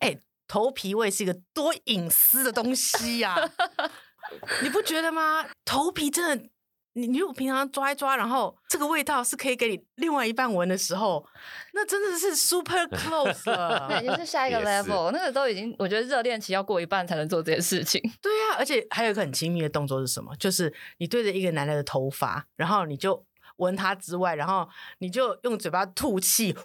[SPEAKER 3] 头皮味是一个多隐私的东西呀、你不觉得吗？头皮真的，你你如果平常抓一抓，然后这个味道是可以给你另外一半闻的时候，那真的是 super close
[SPEAKER 2] 那已
[SPEAKER 3] 了。
[SPEAKER 2] 经是 下一个
[SPEAKER 4] 也是
[SPEAKER 2] level，那个都已经，我觉得热恋期要过一半才能做这件事情。
[SPEAKER 3] 对啊，而且还有一个很亲密的动作是什么？就是你对着一个男人的头发，然后你就闻他之外，然后你就用嘴巴吐气。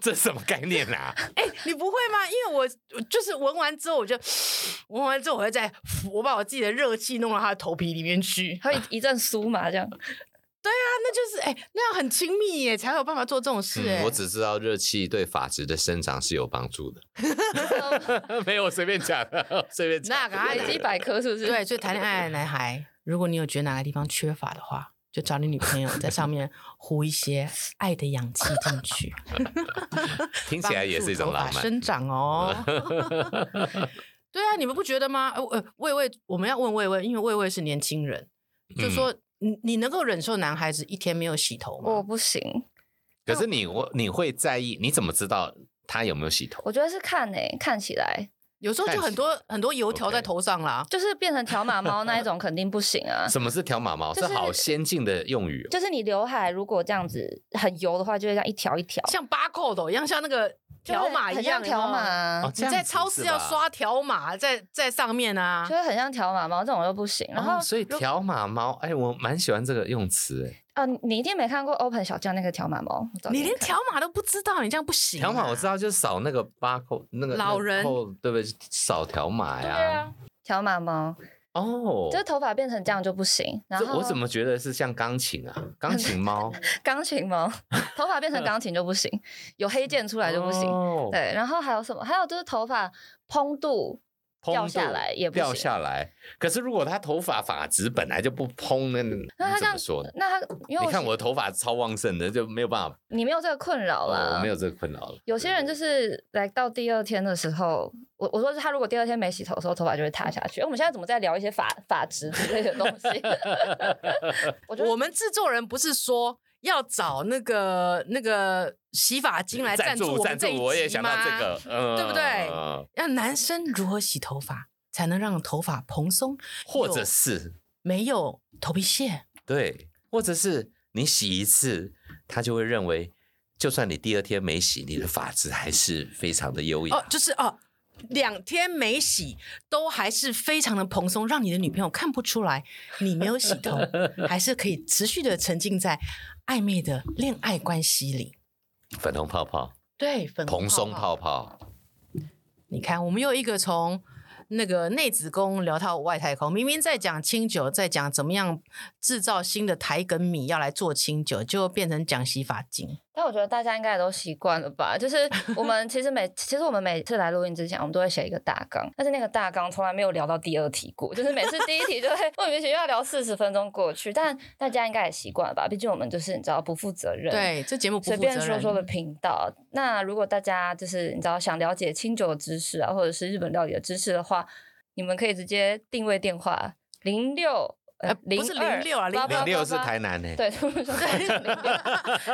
[SPEAKER 4] 这什么概念 啊？
[SPEAKER 3] 哎、你不会吗？因为我我就是闻完之后，我就 闻完之后，我会再 我把我自己的热气弄到他的头皮里面去。
[SPEAKER 2] 还有一一阵酥麻这 样，
[SPEAKER 3] 那就是哎、那样很亲密耶，才有办法做这种事哎、
[SPEAKER 4] 嗯我只知道热气对发质的生长是有帮助的， 没有我随便讲的，随便讲。
[SPEAKER 3] 那个啊
[SPEAKER 2] 累积百科是不是？
[SPEAKER 3] 对，所以谈恋爱的男孩，如果你有觉得哪个地方缺乏的话，就找你女朋友在上面糊一些爱的氧气进去，
[SPEAKER 4] 听起来也是一种
[SPEAKER 3] 帮助
[SPEAKER 4] 浪
[SPEAKER 3] 头发
[SPEAKER 4] 漫。
[SPEAKER 3] 生长哦。 对啊，你们不觉得吗？呃呃，魏魏，我们要问魏魏，因为魏魏是年轻人，就
[SPEAKER 4] 嗯
[SPEAKER 3] 说你你能够忍受男孩子一天没有洗头
[SPEAKER 2] 我
[SPEAKER 3] 吗？
[SPEAKER 2] 不行，
[SPEAKER 4] 可是你我你会在意？你怎么知道他有没有洗头？
[SPEAKER 2] 我觉得是看诶、看起来
[SPEAKER 3] 有时候就很多很多油条在
[SPEAKER 4] OK
[SPEAKER 3] 头上啦。
[SPEAKER 2] 就是变成条码猫那一种肯定不行啊。
[SPEAKER 4] 什么是条毛毛？
[SPEAKER 2] 就是
[SPEAKER 4] 这好先进的用语哦。
[SPEAKER 2] 就是你刘海如果这样子很油的话，就会这样一条一条，
[SPEAKER 3] 像八扣斗一样，像那个
[SPEAKER 2] 就会
[SPEAKER 3] 条码一
[SPEAKER 2] 很像
[SPEAKER 3] 样，
[SPEAKER 2] 条码
[SPEAKER 3] 有没有
[SPEAKER 2] 啊，
[SPEAKER 4] 哦这
[SPEAKER 3] 你
[SPEAKER 4] 样
[SPEAKER 3] 在
[SPEAKER 4] 子
[SPEAKER 3] 超市
[SPEAKER 4] 是
[SPEAKER 3] 要
[SPEAKER 4] 吧
[SPEAKER 3] 刷条码在在上面啊
[SPEAKER 2] 就。会很像条码猫这种又不行。然后
[SPEAKER 4] 哦、所以条码猫，哎，我蛮喜欢这个用词。哎
[SPEAKER 2] 啊，你你一定没看过 Open 小将那个条码猫，我找给
[SPEAKER 3] 你连
[SPEAKER 2] 看
[SPEAKER 3] 条码都不知道，你这样不行、啊
[SPEAKER 4] 条码我知，道，就是扫那个八扣那个
[SPEAKER 3] 老人
[SPEAKER 4] 那个扣对不对？扫条码
[SPEAKER 2] 对
[SPEAKER 4] 呀
[SPEAKER 2] 啊。条码猫，
[SPEAKER 4] 哦，
[SPEAKER 2] 就是头发变成这样就不行。然
[SPEAKER 4] 这
[SPEAKER 2] 后
[SPEAKER 4] 我怎么觉得是像钢琴啊？钢琴 猫
[SPEAKER 2] 钢琴猫， 头发变成钢琴就不行，有黑键出来就不行。
[SPEAKER 4] 哦
[SPEAKER 2] 对，然后还有什么？还有就是头发蓬度，
[SPEAKER 4] 蓬
[SPEAKER 2] 掉下
[SPEAKER 4] 度
[SPEAKER 2] 来也不
[SPEAKER 4] 掉
[SPEAKER 2] 行
[SPEAKER 4] 下来。可是如果他头发发质本来就不蓬，那你
[SPEAKER 2] 嗯那他这
[SPEAKER 4] 怎
[SPEAKER 2] 样
[SPEAKER 4] 么说呢？
[SPEAKER 2] 那它因为
[SPEAKER 4] 你看
[SPEAKER 2] 是
[SPEAKER 4] 我的头发超旺盛的，就没有办法，
[SPEAKER 2] 你没有这个困扰啦，
[SPEAKER 4] 哦我没有这个困扰了。
[SPEAKER 2] 有些人就是来到第二天的时候，我我说是他如果第二天没洗头的时候，头发就会塌下去。哎我们现在怎么在聊一些发发质之类的东 西？ 我觉得
[SPEAKER 3] 我们制作人不是说要找那个那个洗发精来
[SPEAKER 4] 赞
[SPEAKER 3] 赞助
[SPEAKER 4] 助
[SPEAKER 3] 我们
[SPEAKER 4] 赞
[SPEAKER 3] 这一
[SPEAKER 4] 助，我也想到这
[SPEAKER 3] 集吗，
[SPEAKER 4] 个，嗯，
[SPEAKER 3] 对不对
[SPEAKER 4] 嗯
[SPEAKER 3] 要男生如何洗头发才能让头发蓬松，
[SPEAKER 4] 或者是
[SPEAKER 3] 没有头皮屑？
[SPEAKER 4] 对，或者是你洗一次，他就会认为，就算你第二天没洗，你的发质还是非常的优雅。
[SPEAKER 3] 哦，就是哦。两天没洗都还是非常的蓬松，让你的女朋友看不出来你没有洗头，还是可以持续的沉浸在暧昧的恋爱关系里。
[SPEAKER 4] 粉红泡泡、
[SPEAKER 3] 对，粉红
[SPEAKER 4] 蓬松泡泡，
[SPEAKER 3] 你看，我们又一个从那个内子宫聊到外太空，明明在讲清酒，在讲怎么样制造新的台梗米要来做清酒，就变成讲洗发精。
[SPEAKER 2] 但我觉得大家应该也都习惯了 吧？就是我们其实每其实我们每次来录音之前，我们都会写一个大纲，但是那个大纲从来没有聊到第二题过，就是每次第一题就会 莫名其妙聊四十分钟过去。但大家应该也习惯了吧？毕竟我们就是你知道不负责任，
[SPEAKER 3] 对，这节目不
[SPEAKER 2] 随
[SPEAKER 3] 负责
[SPEAKER 2] 便
[SPEAKER 3] 任。
[SPEAKER 2] 说说的频道。那如果大家就是你知道想了解清酒的知识啊，或者是日本料理的知识的话，你们可以直接定位电话零六
[SPEAKER 3] 呃不是06啊
[SPEAKER 2] 零
[SPEAKER 3] 不要
[SPEAKER 4] 零
[SPEAKER 3] 不
[SPEAKER 4] 六是台南呢，
[SPEAKER 2] 对，他们说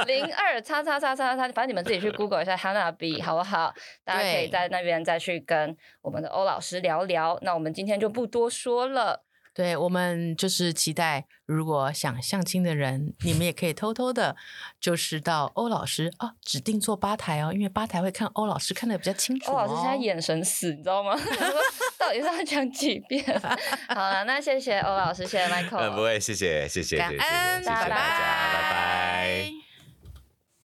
[SPEAKER 2] 零二叉叉叉叉叉，反正你们自己去 Google 一下 Hana B 好不好？大家可以
[SPEAKER 3] 对
[SPEAKER 2] 在那边再去跟我们的欧老师聊聊。那我们今天就不多说了。
[SPEAKER 3] 对我们就是期待，如果想相亲的人，你们也可以偷偷的，就是到欧老师啊指定坐吧台哦，因为吧台会看欧老师看的比较清楚、
[SPEAKER 2] 欧
[SPEAKER 3] 哦。
[SPEAKER 2] 老师现在眼神死，你知道吗？ 想说到底是要讲几遍？ 好了，那
[SPEAKER 4] 哎
[SPEAKER 2] 谢谢欧老师，谢谢 Michael，
[SPEAKER 4] 嗯，不会，谢谢，谢谢，谢谢，谢谢
[SPEAKER 3] 感恩，
[SPEAKER 4] 谢谢大家，拜拜。